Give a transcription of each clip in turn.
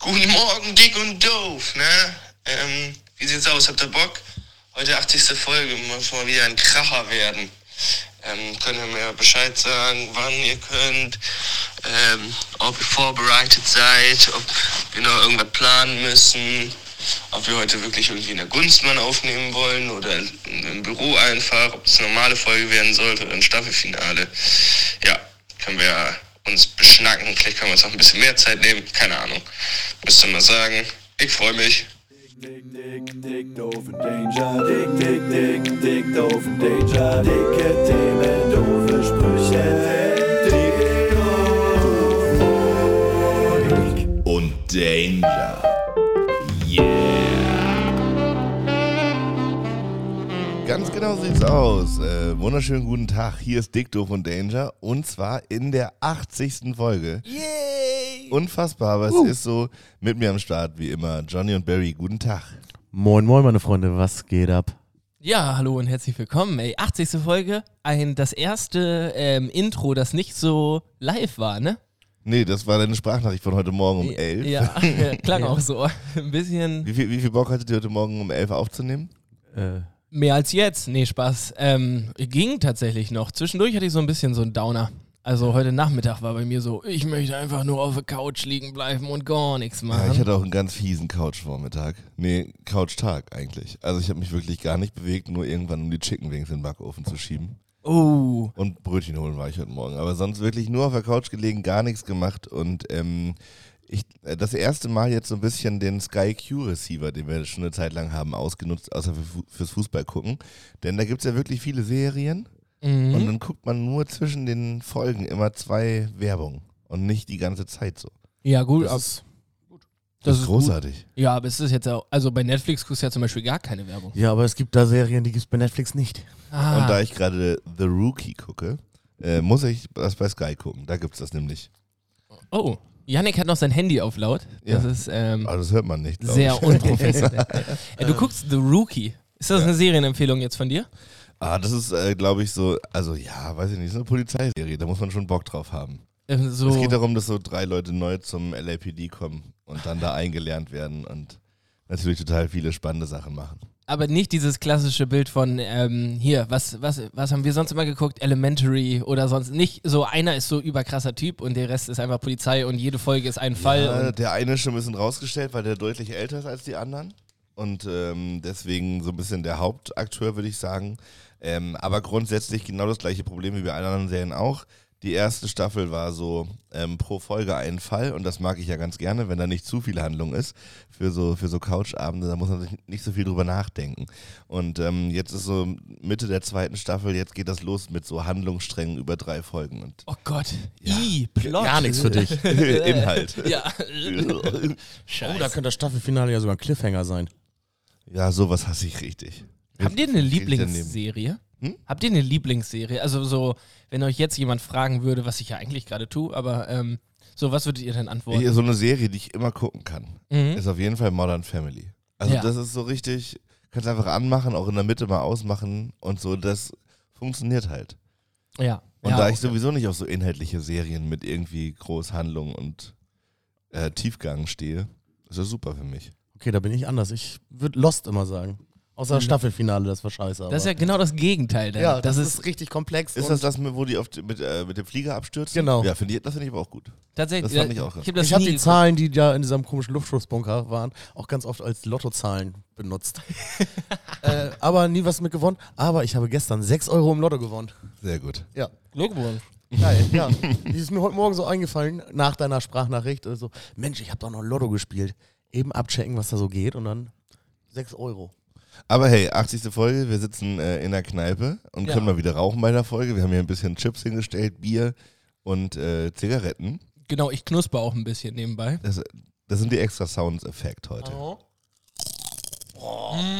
Guten Morgen, dick und doof, ne? Ähm, wie sieht's aus? Habt ihr Bock? Heute 80. Folge, muss mal wieder ein Kracher werden. Ähm, könnt ihr mir Bescheid sagen, wann ihr könnt, ähm, ob ihr vorbereitet seid, ob wir noch irgendwas planen müssen, ob wir heute wirklich irgendwie in der Gunstmann aufnehmen wollen oder in- im Büro einfach, ob es eine normale Folge werden sollte oder ein Staffelfinale. Ja, können wir ja uns beschnacken. Vielleicht können wir uns auch ein bisschen mehr Zeit nehmen. Keine Ahnung. Müsst ihr mal sagen. Ich freue mich. Dick, dick, dick, doof in Danger. Dick, dick, dick, dick, doof in Danger. Dicke Themen, doofe Sprüche. Dick, doof und dick. und Danger. Yeah! Ganz genau sieht's aus. Äh, wunderschönen guten Tag. Hier ist Dick Doof und Danger und zwar in der 80. Folge. Yay! Unfassbar, aber es ist so mit mir am Start wie immer. Johnny und Barry, guten Tag. Moin, moin, meine Freunde, was geht ab? Ja, hallo und herzlich willkommen. Ey, 80. Folge, ein, das erste ähm, Intro, das nicht so live war, ne? Nee, das war deine Sprachnachricht von heute Morgen um 11. Ja, äh, klang auch so. Ein bisschen Wie viel, wie viel Bock hattet ihr heute Morgen um 11 aufzunehmen? Äh, mehr als jetzt. Nee, Spaß. Ähm, ging tatsächlich noch. Zwischendurch hatte ich so ein bisschen so einen Downer. Also heute Nachmittag war bei mir so, ich möchte einfach nur auf der Couch liegen bleiben und gar nichts Ja, ich machen. hatte auch einen ganz fiesen Couch-Vormittag. Nee, Couch-Tag eigentlich. Also ich habe mich wirklich gar nicht bewegt, nur irgendwann um die Chicken Wings in den Backofen zu schieben. oh, Und Brötchen holen war ich heute Morgen. Aber sonst wirklich nur auf der Couch gelegen, gar nichts gemacht. Und ähm, ich äh, das erste Mal jetzt so ein bisschen den Sky Q Receiver, den wir schon eine Zeit lang haben, ausgenutzt, außer für, Fu- fürs Fußball gucken. Denn da gibt es ja wirklich viele Serien. Mhm. Und dann guckt man nur zwischen den Folgen immer zwei Werbung. Und nicht die ganze Zeit so. ja gut. ab- Das ist, das das ist gut. großartig. Ja, aber es ist jetzt auch, also bei Netflix guckst du ja zum Beispiel gar keine Werbung. Ja, aber es gibt da Serien, die gibt es bei Netflix nicht. Ah, Und da ich gerade The Rookie gucke, äh, muss ich das bei Sky gucken. Da gibt's das nämlich. oh, Yannick hat noch sein Handy auf laut. Das Ja. ist, ähm, Aber Ah, das hört man nicht. glaub Sehr ich. unprofessionell. Äh, du guckst The Rookie. Ist das eine Serienempfehlung jetzt von dir? ah, das ist, äh, glaube ich, so, also ja, weiß ich nicht, ist eine Polizeiserie. Da muss man schon Bock drauf haben. Ähm, Es So, geht um- darum, dass so drei Leute neu zum LAPD kommen und dann da eingelernt werden und natürlich total viele spannende Sachen machen. aber nicht dieses klassische Bild von ähm, hier, was, was, was haben wir sonst immer geguckt? Elementary oder sonst nicht. So einer ist so überkrasser Typ und der Rest ist einfach Polizei und jede Folge ist ein Fall. Ja, und, Äh, der eine ist schon ein bisschen rausgestellt, weil der deutlich älter ist als die anderen. Und ähm, deswegen so ein bisschen der Hauptakteur, würde ich sagen. Ähm, aber grundsätzlich genau das gleiche Problem wie bei allen anderen Serien auch. Die erste Staffel war so ähm, pro Folge ein Fall und das mag ich ja ganz gerne, wenn da nicht zu viel Handlung ist. Für so, für so Couchabende, da muss man sich nicht so viel drüber nachdenken. Und ähm, jetzt ist so Mitte der zweiten Staffel, jetzt geht das los mit so Handlungssträngen über drei Folgen und oh Gott. Ja. I, Plot. Gar nichts für dich. Inhalt. Ja. Oh, da könnte das Staffelfinale ja sogar ein Cliffhanger sein. Ja, sowas hasse ich richtig. Habt ihr eine Richtig daneben. Lieblingsserie? Hm? Habt ihr eine Lieblingsserie? Also so, wenn euch jetzt jemand fragen würde, was ich ja eigentlich gerade tue, aber ähm, so, was würdet ihr denn antworten? Hier, so eine Serie, die ich immer gucken kann, ist auf jeden Fall Modern Family. Also Mhm. Ja. das ist so richtig, kannst einfach anmachen, auch in der Mitte mal ausmachen und so, das funktioniert halt. Ja. Und ja, da ich sowieso nicht auf so inhaltliche Serien mit irgendwie Großhandlung und äh, Tiefgang stehe, ist das super für mich. Okay, da bin ich anders. Ich würde Lost immer sagen. Außer das Staffelfinale, das war scheiße. Mhm. Das ist ja genau das Gegenteil. Dann. ja, das, das, ist ist richtig komplex. Ist und das das, mit- wo die auf, die- mit, äh, mit dem Flieger abstürzen? Genau. Ja, finde ich, das finde ich aber auch gut. tatsächlich. das fand ich auch ganz Ich habe das ich habe nie die geguckt. Zahlen, die ja in diesem komischen Luftschutzbunker waren, auch ganz oft als Lottozahlen benutzt. äh, aber nie was mit gewonnen. Aber ich habe gestern 6 Euro im Lotto gewonnen. Sehr gut. Ja. Glückwunsch. Geil, ja. Die ist mir heute Morgen so eingefallen, nach deiner Sprachnachricht. Also, Mensch, ich habe doch noch Lotto gespielt. Eben abchecken, was da so geht und dann 6 Euro. Aber hey, 80. Folge, wir sitzen äh, in der Kneipe und Ja. können mal wieder rauchen bei der Folge. Wir haben hier ein bisschen Chips hingestellt, Bier und äh, Zigaretten. Genau, ich knusper auch ein bisschen nebenbei. Das, das sind die extra Sounds Effekt heute. Oh. Oh.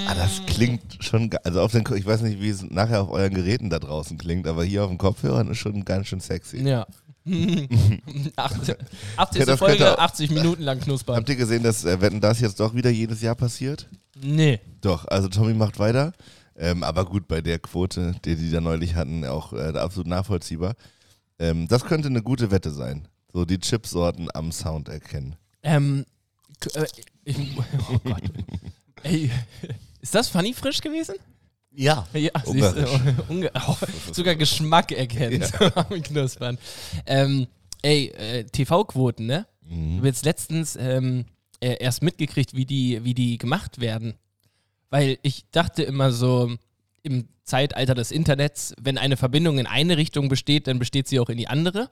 Ah, das klingt schon, ge- also auf den, Ko- ich weiß nicht, wie es nachher auf euren Geräten da draußen klingt, aber hier auf dem Kopfhörern ist schon ganz schön sexy. Ja. 80. 80. das könnte Folge, auch- 80 Minuten lang knuspern. Habt ihr gesehen, dass äh, wenn das jetzt doch wieder jedes Jahr passiert? Nee. Doch, also Tommy macht weiter. Ähm, aber gut, bei der Quote, die die da neulich hatten, auch äh, absolut nachvollziehbar. Ähm, das könnte eine gute Wette sein. So die Chipsorten am Sound erkennen. Ähm, Äh, ich, oh Gott. Ey, ist das Funny frisch gewesen? Ja. Ja, siehst Ungarisch. du, unge oh, sogar Geschmack erkennen am Knuspern. Ähm, ey, äh, TV-Quoten, ne? Ich habe jetzt letztens ähm, äh, erst mitgekriegt, wie die, wie die gemacht werden. Weil ich dachte immer so, im Zeitalter des Internets, wenn eine Verbindung in eine Richtung besteht, dann besteht sie auch in die andere.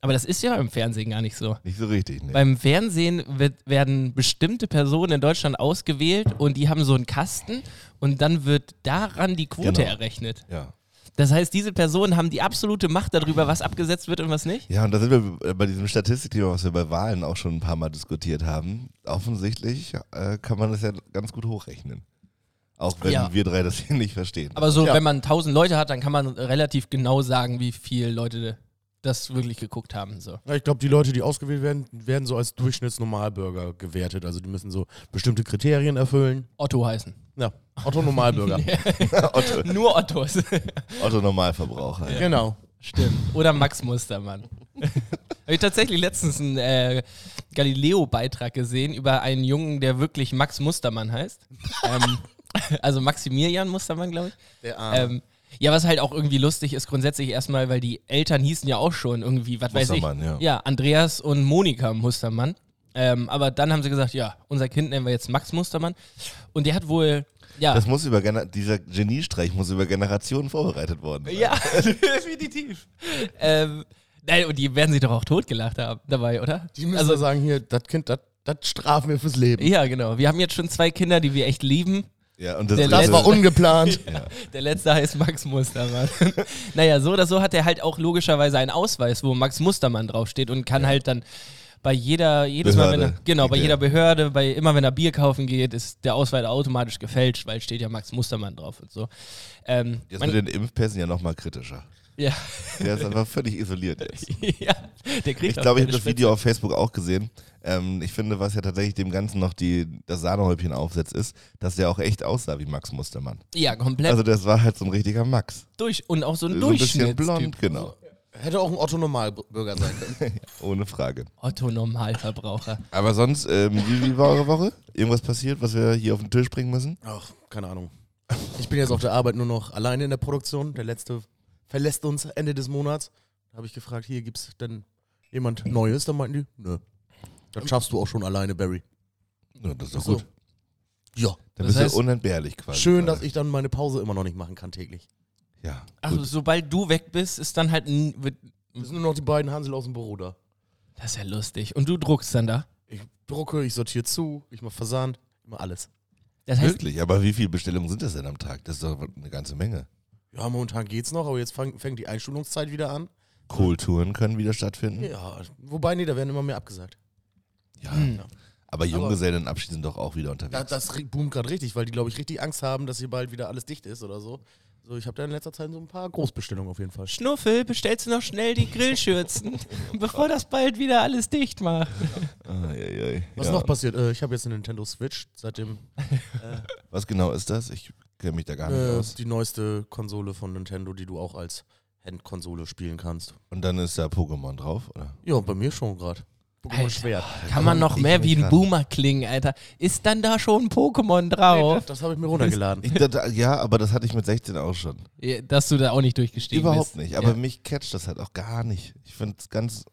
Aber das ist ja beim Fernsehen gar nicht so. Nicht so richtig, ne? Beim Fernsehen wird, werden bestimmte Personen in Deutschland ausgewählt und die haben so einen Kasten und dann wird daran die Quote Genau. errechnet. ja. Das heißt, diese Personen haben die absolute Macht darüber, was abgesetzt wird und was nicht. Ja, und da sind wir bei diesem Statistikthema, was wir bei Wahlen auch schon ein paar Mal diskutiert haben. Offensichtlich äh, kann man das ja ganz gut hochrechnen. Auch wenn Ja. wir drei das hier nicht verstehen. Aber so, ja. wenn man 1000 Leute hat, dann kann man relativ genau sagen, wie viele Leute das wirklich geguckt haben. So. Ja, Ich glaube, die Leute, die ausgewählt werden, werden so als Durchschnittsnormalbürger gewertet. Also die müssen so bestimmte Kriterien erfüllen. Otto heißen. Ja, Otto Normalbürger. Otto, Nur Ottos. Otto Normalverbraucher. Ja. Genau. Stimmt. Oder Max Mustermann. Habe ich tatsächlich letztens einen äh, Galileo-Beitrag gesehen über einen Jungen, der wirklich Max Mustermann heißt. ähm, also Maximilian Mustermann, glaube ich. Der Arme. Ähm, ja, was halt auch irgendwie lustig ist, grundsätzlich erstmal, weil die Eltern hießen ja auch schon irgendwie, was weiß ich. Mustermann, ja. Andreas und Monika Mustermann. Ähm, aber dann haben sie gesagt, ja, unser Kind nennen wir jetzt Max Mustermann. Und der hat wohl, ja. Das muss über Gener dieser Geniestreich muss über Generationen vorbereitet worden sein. Ja, definitiv. ähm, nein, und die werden sich doch auch totgelacht haben dabei, oder? Die müssen also sagen, hier, das Kind, das strafen wir fürs Leben. ja, genau. Wir haben jetzt schon zwei Kinder, die wir echt lieben. Ja, und das, Der Das letzte- war ungeplant. Der letzte heißt Max Mustermann. naja, so oder so hat er halt auch logischerweise einen Ausweis, wo Max Mustermann draufsteht und kann halt dann bei jeder, jedes Mal, wenn er, Behörde. genau, bei Ja. jeder Behörde, bei immer wenn er Bier kaufen geht, ist der Ausweis automatisch gefälscht, weil steht ja Max Mustermann drauf und so. Ähm, Jetzt man- mit den Impfpässen ja nochmal kritischer. ja, Der ist einfach völlig isoliert jetzt. ja, der kriegt Ich auch glaube, ich habe keine das Spitze. Video auf Facebook auch gesehen. Ähm, ich finde, was ja tatsächlich dem Ganzen noch die, das Sahnehäubchen aufsetzt, ist, dass der auch echt aussah wie Max Mustermann. Ja, komplett Also das war halt so ein richtiger Max. durch und auch so ein So ein bisschen Durchschnitt. blond, genau. Hätte auch ein Otto Normalbürger sein können. Ohne Frage. Otto Normalverbraucher. Aber sonst, ähm, wie, wie war eure Woche? Irgendwas passiert, was wir hier auf den Tisch bringen müssen? Ach, keine Ahnung. Ich bin jetzt auf der Arbeit nur noch alleine in der Produktion. Der letzte verlässt uns Ende des Monats. Da habe ich gefragt, hier gibt es denn jemand Neues? Dann meinten die, nö. Das schaffst du auch schon alleine, Barry. Ja, das ist So. Ja. Dann Das bist heißt, du unentbehrlich quasi. Schön, dass gerade. ich dann meine Pause immer noch nicht machen kann täglich. Ja, Also gut. sobald du weg bist, ist dann halt n- wird- Es sind nur noch die beiden Hansel aus dem Büro da. das ist ja lustig. Und du druckst dann da. Ich drucke, ich sortiere zu, ich mache Versand, immer alles. Das heißt, Wirklich, aber wie viele Bestellungen sind das denn am Tag? Das ist doch eine ganze Menge. Ja, momentan geht's noch, aber jetzt fang, fängt die Einschulungszeit wieder an. Kohltouren können wieder stattfinden. Ja, wobei, nee, da werden immer mehr abgesagt. Ja. Hm. Aber Junggesellenabschied sind doch auch wieder unterwegs. Das, das ri- boomt gerade richtig, weil die, glaube ich, richtig Angst haben, dass hier bald wieder alles dicht ist oder so. So, ich habe da in letzter Zeit so ein paar Großbestellungen auf jeden Fall. Schnuffel, bestellst du noch schnell die Grillschürzen, bevor das bald wieder alles dicht macht. Eieiei. Was Ah, ja. noch passiert? Äh, ich habe jetzt eine Nintendo Switch, seitdem Was genau ist das? Ich kenne mich da gar nicht äh, aus. die neueste Konsole von Nintendo, die du auch als Handkonsole spielen kannst. Und dann ist da Pokémon drauf, oder? Ja, bei mir schon gerade. Pokémon Alter. Schwert. Kann man noch Ich mehr bin wie ein dran. Boomer klingen, Alter. Ist dann da schon ein Pokémon drauf? Das habe ich mir runtergeladen. Ich, da, da, ja, aber das hatte ich mit 16 auch schon. Ja, Dass du da auch nicht durchgestiegen bist. Überhaupt nicht. Aber ja. mich catcht das halt auch gar nicht. Ich finde es ganz.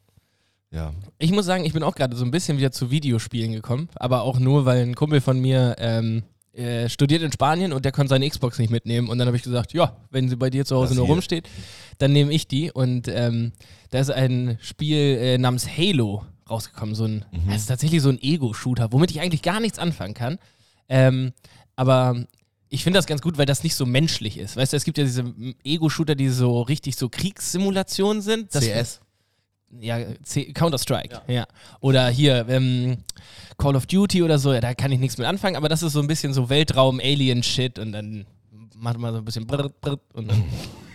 Ja. Ich muss sagen, ich bin auch gerade so ein bisschen wieder zu Videospielen gekommen, aber auch nur, weil ein Kumpel von mir ähm, äh, studiert in Spanien und der konnte seine Xbox nicht mitnehmen. Und dann habe ich gesagt, ja, wenn sie bei dir zu Hause Das nur hier. rumsteht, dann nehme ich die. Und ähm, da ist ein Spiel äh, namens Halo rausgekommen. So ein, Mhm. Das ist tatsächlich so ein Ego-Shooter, womit ich eigentlich gar nichts anfangen kann. Ähm, aber ich finde das ganz gut, weil das nicht so menschlich ist. Weißt du, es gibt ja diese mm, Ego-Shooter, die so richtig so Kriegssimulationen sind. Das- CS. ja, C- Counter-Strike, ja. Oder hier, ähm, Call of Duty oder so, ja, da kann ich nichts mit anfangen, aber das ist so ein bisschen so Weltraum, Alien-Shit und dann macht man so ein bisschen brrrt, brrrt und dann,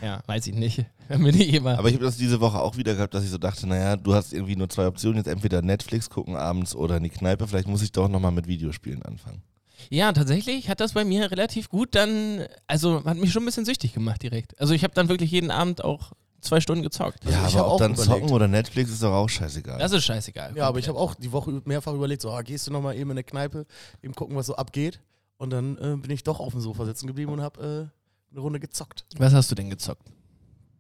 ja, weiß ich nicht. Dann bin ich immer. Aber ich habe das diese Woche auch wieder gehabt, dass ich so dachte, naja, du hast irgendwie nur zwei Optionen, jetzt entweder Netflix gucken abends oder in die Kneipe. Vielleicht muss ich doch nochmal mit Videospielen anfangen. ja, tatsächlich hat das bei mir relativ gut dann, also hat mich schon ein bisschen süchtig gemacht direkt. Also ich habe dann wirklich jeden Abend auch zwei Stunden gezockt. ja, Also, ich aber hab ob auch dann überlegt. zocken oder Netflix ist doch auch scheißegal. Das ist scheißegal. Ja, aber ich habe auch die Woche mehrfach überlegt, so, ah, gehst du nochmal eben in eine Kneipe, eben gucken, was so abgeht. Und dann äh, bin ich doch auf dem Sofa sitzen geblieben und habe äh, eine Runde gezockt. Was hast du denn gezockt?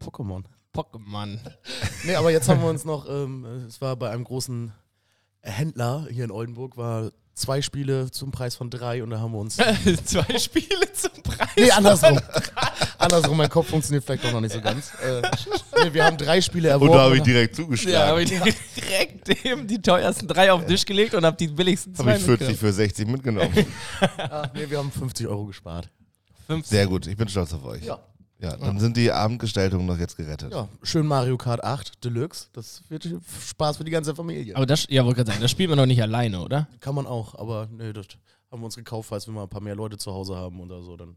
Pokémon. Pokémon. Nee, aber jetzt haben wir uns noch, ähm, es war bei einem großen Händler hier in Oldenburg, war zwei Spiele zum Preis von drei und da haben wir uns. Zwei Spiele zum Preis. Nee, andersrum. andersrum, mein Kopf funktioniert vielleicht doch noch nicht so ganz. Äh, nee, wir haben drei Spiele Und erworben. da habe ich direkt zugeschlagen. Ja, habe ich direkt eben die teuersten drei auf den Tisch gelegt und habe die billigsten Habe zwei ich 40 für 60 mitgenommen. Ah, nee, wir haben 50 Euro gespart. Sehr gut, ich bin stolz auf euch. Ja. Ja, dann sind die Abendgestaltungen noch jetzt gerettet. Ja, schön Mario Kart 8 Deluxe. Das wird Spaß für die ganze Familie. Aber das, ja, wollte gerade sagen, das spielt man doch nicht alleine, oder? Kann man auch, aber nee, das haben wir uns gekauft, falls wir mal ein paar mehr Leute zu Hause haben oder so, dann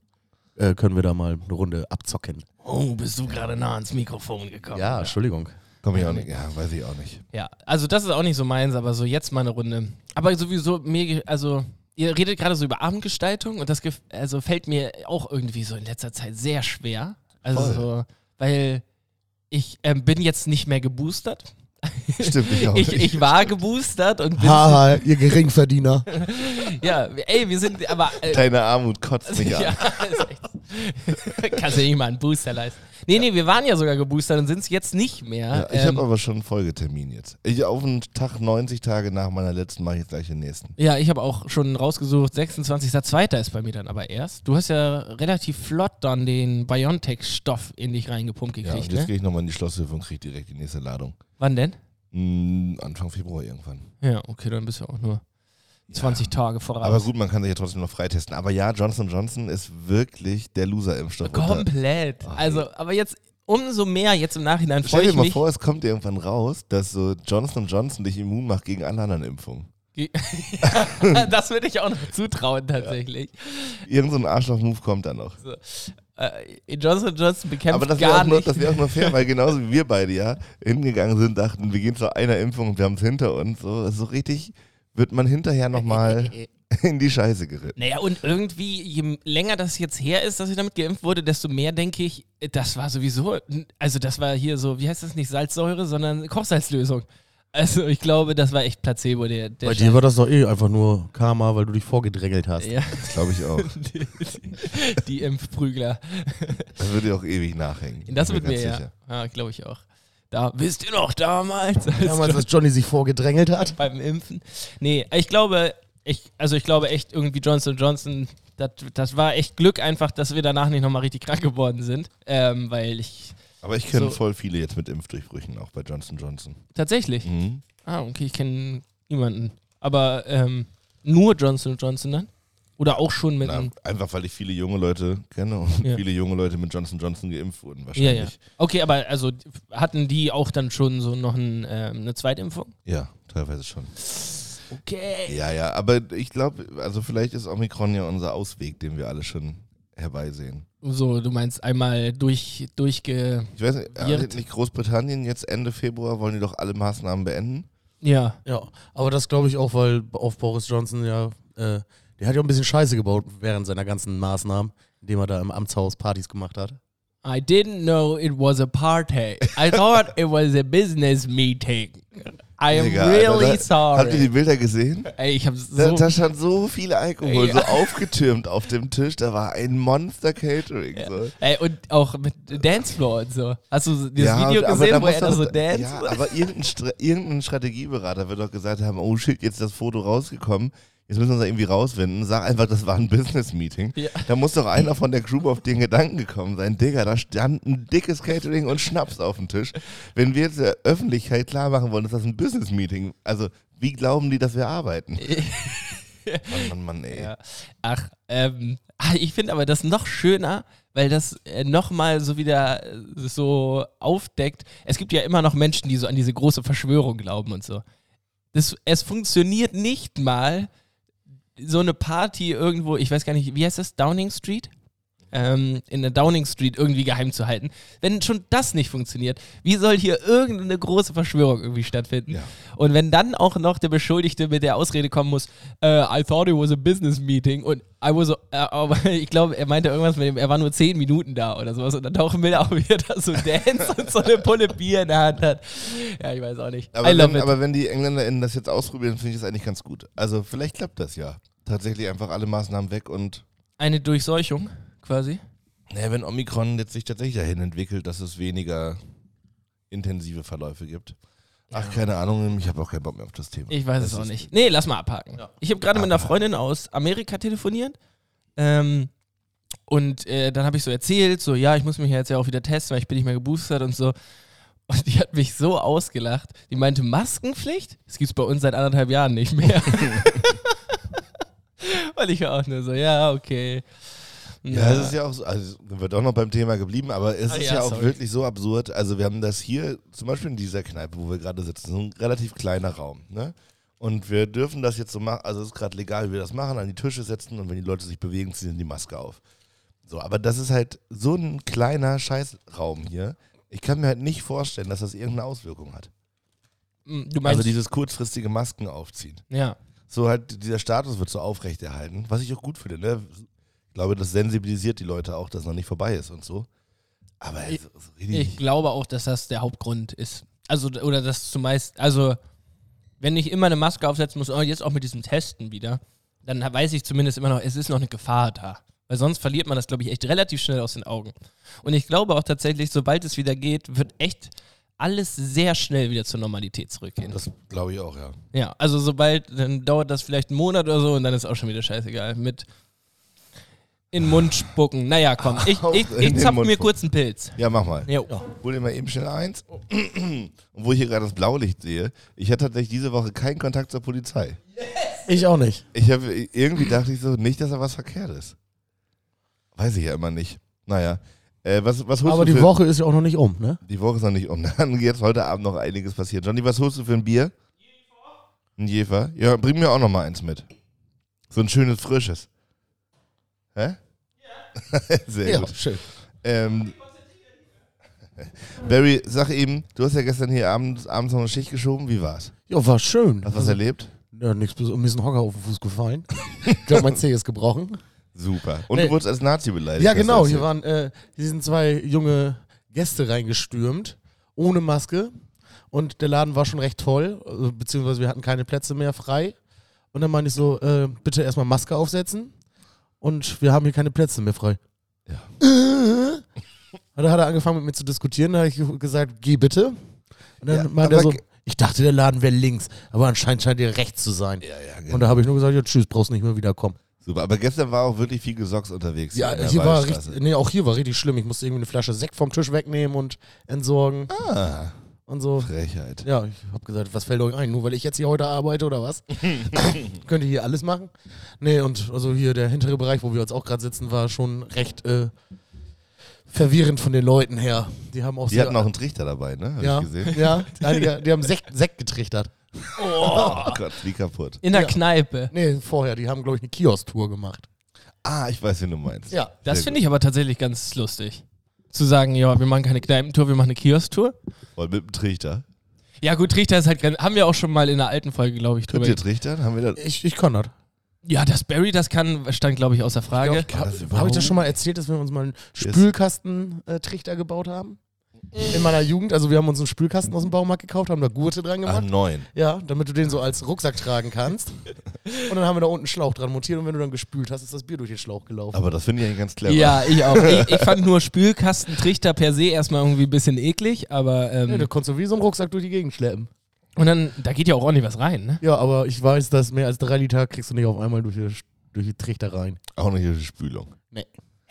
äh, können wir da mal eine Runde abzocken. Oh, bist du gerade nah ans Mikrofon gekommen. Ja, Entschuldigung. Komm ich auch nicht. Ja, weiß ich auch nicht. Ja, also das ist auch nicht so meins, aber so jetzt mal eine Runde. Aber sowieso, mir, ge- also ihr redet gerade so über Abendgestaltung und das gef- also fällt mir auch irgendwie so in letzter Zeit sehr schwer. Also Voll. so, weil ich ähm, bin jetzt nicht mehr geboostert. Stimmt, ich auch Ich, nicht. ich war geboostert und bin, Haha, ihr Geringverdiener. ja, ey, wir sind aber äh, Deine Armut kotzt mich Ja, an. ist echt. Kannst du nicht mal einen Booster leisten. Nee, nee, wir waren ja sogar geboostert und sind es jetzt nicht mehr. Ja, ich habe ähm, aber schon einen Folgetermin jetzt. Ich auf einen Tag 90 Tage nach meiner letzten mache ich jetzt gleich den nächsten. ja, ich habe auch schon rausgesucht, 26.02. ist bei mir dann aber erst. Du hast ja relativ flott dann den Biontech-Stoff in dich reingepumpt Ja, und gekriegt, jetzt ne? gehe ich nochmal in die Schlosshilfe und kriege direkt die nächste Ladung. Wann denn? Hm, Anfang Februar irgendwann. Ja, okay, dann bist du auch nur 20 Tage voraus. Aber gut, man kann sich ja trotzdem noch freitesten. Aber ja, Johnson Johnson ist wirklich der Loser-Impfstoff. Und da- Komplett. Also, aber jetzt umso mehr, jetzt im Nachhinein Ah, Stell freue dir ich mal mich. vor, es kommt irgendwann raus, dass so Johnson Johnson dich immun macht gegen alle anderen Impfungen. das würde ich auch noch zutrauen, tatsächlich. Irgend so ein Arschloch-Move kommt dann noch. Äh, Johnson Johnson bekämpft Aber das wäre gar auch, nur- nicht. das wär auch nur fair, weil genauso wie wir beide ja hingegangen sind, dachten, wir gehen zu einer Impfung und wir haben es hinter uns. So, so richtig wird man hinterher nochmal in die Scheiße geritten. Naja, und irgendwie, je länger das jetzt her ist, dass ich damit geimpft wurde, desto mehr denke ich, das war sowieso, also das war hier so, wie heißt das nicht, Salzsäure, sondern Kochsalzlösung. Also ich glaube, das war echt Placebo, der. der Bei dir war das doch eh einfach nur Karma, weil du dich vorgedrängelt hast. ja, Das glaube ich auch. die, die Impfprügler. Das wird dir auch ewig nachhängen. Das bin wird mir ganz ja. sicher. Ja, glaube ich auch. Da, wisst ihr noch, damals? als Damals, als Johnny sich vorgedrängelt hat. beim Impfen. Nee, ich glaube, ich, also ich glaube echt irgendwie Johnson Johnson, das- das war echt Glück einfach, dass wir danach nicht nochmal richtig krank geworden sind. Ähm, weil ich Aber ich kenne So. voll viele jetzt mit Impfdurchbrüchen, auch bei Johnson Johnson. tatsächlich. Mhm. Ah, okay, ich kenne niemanden. Aber ähm, nur Johnson Johnson dann? Oder auch schon mit Na, einem. einfach weil ich viele junge Leute kenne und Mhm. Ja. viele junge Leute mit Johnson Johnson geimpft wurden Ja, ja. wahrscheinlich. Okay, aber also hatten die auch dann schon so noch ein, ähm, eine Zweitimpfung? Ja, teilweise schon. Okay. Ja, ja, aber ich glaube, also vielleicht ist Omikron ja unser Ausweg, den wir alle schon herbeisehen. So, du meinst einmal durch, durchge. Ich weiß nicht, Wir- hat nicht Großbritannien jetzt Ende Februar wollen die doch alle Maßnahmen beenden? Ja. Ja, aber das glaube ich auch, weil auf Boris Johnson ja, äh, der hat ja auch ein bisschen Scheiße gebaut während seiner ganzen Maßnahmen, indem er da im Amtshaus Partys gemacht hat. I didn't know it was a party. I thought it was a business meeting. I am Digga, Alter, really da- Also, Habt ihr die sorry. Bilder gesehen? Ey, ich hab Da, so. da stand so viel Alkohol, Ey, so ja. aufgetürmt auf dem Tisch. Da war ein Monster Catering. Ja, so. Ey, und auch mit Dancefloor und so. Hast du dieses ja, Video aber gesehen, wo muss er da doch- so dance? Ja, aber irgendein, Stra- irgendein Strategieberater wird doch gesagt haben, oh shit, jetzt ist das Foto rausgekommen. Jetzt müssen wir uns da irgendwie rausfinden. Sag einfach, das war ein Business-Meeting. Ja. Da muss doch einer von der Crew auf den Gedanken gekommen sein. Digga, da stand ein dickes Catering und Schnaps auf dem Tisch. Wenn wir jetzt der Öffentlichkeit klar machen wollen, ist das ein Business-Meeting. Also, wie glauben die, dass wir arbeiten? Mann, Mann, Mann, ey. Ja. Ach, ähm, ah, ich finde aber das noch schöner, weil das äh, nochmal so wieder äh, so aufdeckt. Es gibt ja immer noch Menschen, die so an diese große Verschwörung glauben und so. Das, es funktioniert nicht mal so eine Party irgendwo, ich weiß gar nicht, wie heißt das? Downing Street? ähm, in der Downing Street irgendwie geheim zu halten. Wenn schon das nicht funktioniert, wie soll hier irgendeine große Verschwörung irgendwie stattfinden? Ja. Und wenn dann auch noch der Beschuldigte mit der Ausrede kommen muss, äh, I thought it was a business meeting und I was, a, äh, ich glaube, er meinte irgendwas mit dem, er war nur zehn Minuten da oder sowas und dann tauchen wir da auch wieder da so Dance und so eine Pulle Bier in der Hand hat. Ja, ich weiß auch nicht. I Aber, love wenn, it. aber wenn die EngländerInnen das jetzt ausprobieren, finde ich das eigentlich ganz gut. Also vielleicht klappt das ja. Tatsächlich einfach alle Maßnahmen weg und Eine Durchseuchung quasi. naja, wenn Omikron jetzt sich tatsächlich dahin entwickelt, dass es weniger intensive Verläufe gibt. Ach, keine Ahnung, ich habe auch keinen Bock mehr auf das Thema. Ich weiß Das es auch ist- nicht. Nee, lass mal abhaken. Ich habe gerade mit einer Freundin aus Amerika telefoniert. Ähm, und äh, dann habe ich so erzählt, so, ja, ich muss mich ja jetzt ja auch wieder testen, weil ich bin nicht mehr geboostert und so. Und die hat mich so ausgelacht. Die meinte, Maskenpflicht? Das gibt's bei uns seit anderthalb Jahren nicht mehr. und ich war auch nur so, ja, okay. Ja, es ist ja auch so, also wird auch noch beim Thema geblieben, aber es Ah, ist ja, ja, auch sorry. wirklich so absurd. Also wir haben das hier, zum Beispiel in dieser Kneipe, wo wir gerade sitzen, so ein relativ kleiner Raum, ne? Und wir dürfen das jetzt so machen, also es ist gerade legal, wie wir das machen, an die Tische setzen und wenn die Leute sich bewegen, ziehen sie die Maske auf. So, aber das ist halt so ein kleiner Scheißraum hier. Ich kann mir halt nicht vorstellen, dass das irgendeine Auswirkung hat. Mm, Du meinst, Also dieses kurzfristige Masken aufziehen ja. so halt dieser Status wird so aufrechterhalten, was ich auch gut finde. Ne? Ich glaube, das sensibilisiert die Leute auch, dass es noch nicht vorbei ist und so. Aber Ich- so Ich richtig, glaube auch, dass das der Hauptgrund ist. Also, oder dass zumeist, also, wenn ich immer eine Maske aufsetzen muss, oh, jetzt auch mit diesem Testen wieder, dann weiß ich zumindest immer noch, es ist noch eine Gefahr da. Weil sonst verliert man das, glaube ich, echt relativ schnell aus den Augen. Und ich glaube auch tatsächlich, sobald es wieder geht, wird echt alles sehr schnell wieder zur Normalität zurückgehen. das glaube ich auch, ja. Ja, also sobald, dann dauert das vielleicht einen Monat oder so und dann ist auch schon wieder scheißegal. Mit in den Mund spucken. Naja, komm, ich, ich, In ich den zapfe Mund mir spucken. kurz einen Pilz. Ja, mach mal. Jo. Hol dir mal eben schnell eins. Und wo ich hier gerade das Blaulicht sehe, ich hatte tatsächlich diese Woche keinen Kontakt zur Polizei. Ich auch nicht. Ich habe irgendwie dachte ich so, nicht, dass da was verkehrt ist. Weiß ich ja immer nicht. Naja. Äh, was, was holst Aber du die für, Woche ist ja auch noch nicht um, ne? Die Woche ist noch nicht um. Dann jetzt heute Abend noch einiges passieren. Johnny, was holst du für ein Bier? Ein Jefer. Ja, bring mir auch noch mal eins mit. So ein schönes, frisches. Hä? Ja. Sehr gut. schön. Ähm, Barry, sag eben, du hast ja gestern hier abends, abends noch eine Schicht geschoben. Wie war's? Ja, war schön. Hast du was erlebt? Ja, nix, bis- mir ist ein Hocker auf den Fuß gefallen. ich glaube, mein Zeh ist gebrochen. Super. Und Nee. du wurdest als Nazi beleidigt. Ja, hast du genau. Hier erzählt. waren, äh, hier sind zwei junge Gäste reingestürmt, ohne Maske. Und der Laden war schon recht voll, also, beziehungsweise wir hatten keine Plätze mehr frei. Und dann meinte ich so, äh, bitte erstmal Maske aufsetzen. Und wir haben hier keine Plätze mehr frei. Ja. Äh. Und dann hat er angefangen mit mir zu diskutieren. Da habe ich gesagt, geh bitte. Und dann Ja, meinte er aber so, ge- ich dachte, der Laden wäre links. Aber anscheinend scheint er rechts zu sein. Ja, ja, Und genau. da habe ich nur gesagt, ja, tschüss, brauchst nicht mehr wiederkommen. Super. Aber gestern war auch wirklich viel Gesocks unterwegs. Ja, in der hier war Wallstraße. richtig, nee, auch hier war richtig schlimm. Ich musste irgendwie eine Flasche Sekt vom Tisch wegnehmen und entsorgen Ah, und so. Frechheit. Ja, ich hab gesagt, was fällt euch ein? Nur weil ich jetzt hier heute arbeite oder was? Könnt ihr hier alles machen? Nee, und also hier der hintere Bereich, wo wir jetzt auch gerade sitzen, war schon recht äh, verwirrend von den Leuten her. Die haben auch Die sehr- hatten auch einen Trichter dabei, ne? Hab ja, ich gesehen. ja, einige, die haben Sekt, Sekt getrichtert. Oh Gott, wie kaputt. In der Ja. Kneipe. Nee, vorher, die haben, glaube ich, eine Kiosk-Tour gemacht. Ah, ich weiß, wen du meinst. Ja. Das Sehr finde ich aber tatsächlich ganz lustig. Zu sagen, ja, wir machen keine Kneipentour, wir machen eine Kiosktour. Voll mit dem Trichter. Ja, gut, Trichter ist halt ganz. Haben wir auch schon mal in der alten Folge, glaube ich, Könnt drüber. ihr trichtern? Haben wir das? Ich, ich kann das. Ja, dass Barry das kann, stand, glaube ich, außer Frage. kann das Habe ich also überhaupt? das schon mal erzählt, dass wir uns mal einen Spülkasten-Trichter gebaut haben? In meiner Jugend. Also wir haben uns einen Spülkasten aus dem Baumarkt gekauft, haben da Gurte dran Ah, gemacht. neun. Ja, damit du den so als Rucksack tragen kannst. Und dann haben wir da unten einen Schlauch dran montiert und wenn du dann gespült hast, ist das Bier durch den Schlauch gelaufen. Aber das finde ich eigentlich ganz clever. Ja, ich auch. Ich, ich fand nur Spülkasten, Trichter per se erstmal irgendwie ein bisschen eklig, aber. ja, Ähm, da konntest du wie so einen Rucksack durch die Gegend schleppen. und dann, da geht ja auch ordentlich was rein, ne? Ja, aber ich weiß, dass mehr als drei Liter kriegst du nicht auf einmal durch die, durch die Trichter rein. Auch nicht durch die Spülung.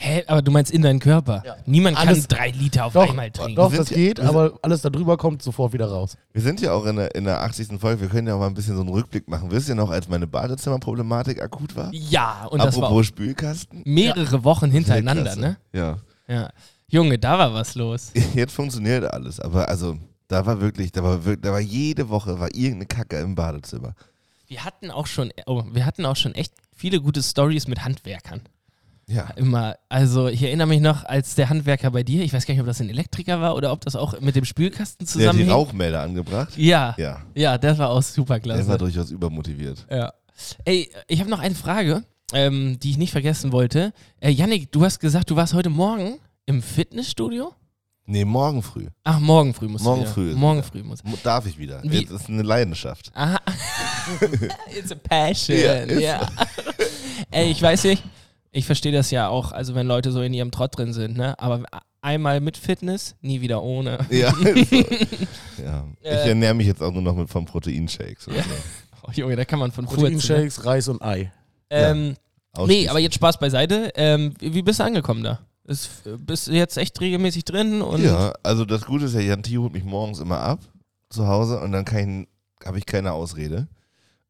Hä, aber du meinst in deinen Körper. Ja. Niemand Alles- kann drei Liter auf Doch, einmal trinken. doch Wir das sind- geht, wir sind- aber alles da drüber kommt sofort wieder raus. Wir sind ja auch in der, in der 80. Folge. Wir können ja auch mal ein bisschen so einen Rückblick machen. Wisst ihr noch, als meine Badezimmerproblematik akut war? Ja, und das war auch Apropos Spülkasten? mehrere Wochen hintereinander, Klasse. ne? Ja. Ja. Junge, da war was los. Jetzt funktioniert alles. Aber also, da war wirklich, da war, wirklich, da war jede Woche war irgendeine Kacke im Badezimmer. äh, Wir hatten auch schon, oh, wir hatten auch schon echt viele gute Stories mit Handwerkern. Ja. Immer. Also ich erinnere mich noch, als der Handwerker bei dir, ich weiß gar nicht, ob das ein Elektriker war oder ob das auch mit dem Der Spülkasten hat die zusammenhing. Rauchmelder angebracht. ja, ja, Ja. das war auch super Der klasse. war durchaus übermotiviert. Ja. Ey, ich habe noch eine Frage, ähm, die ich nicht vergessen wollte. Äh, Yannick, du hast gesagt, du warst heute Morgen im Fitnessstudio? Nee, morgen früh. Ach, morgen früh muss Morgen wieder. früh ist Morgen früh muss. Mo- Darf ich wieder. Wie- Das ist eine Leidenschaft. Aha. It's a passion. Ja, Ja. ist Ey, ich weiß nicht. Ich verstehe das ja auch, also wenn Leute so in ihrem Trott drin sind, ne? Aber einmal mit Fitness, nie wieder ohne. Ja. ist so. ja. Ich Äh. ernähre mich jetzt auch nur noch mit vom Proteinshakes. oder Ja. so. Oh, Junge, da kann man von furzen. Proteinshakes, Reis und Ei. Ähm, nee, Ausschließlich. aber jetzt Spaß beiseite. Ähm, wie wie bist du angekommen da? Ist, bist du jetzt echt regelmäßig drin? Und Ja, also das Gute ist ja, Jan T. holt mich morgens immer ab zu Hause und dann kann ich- habe ich keine Ausrede.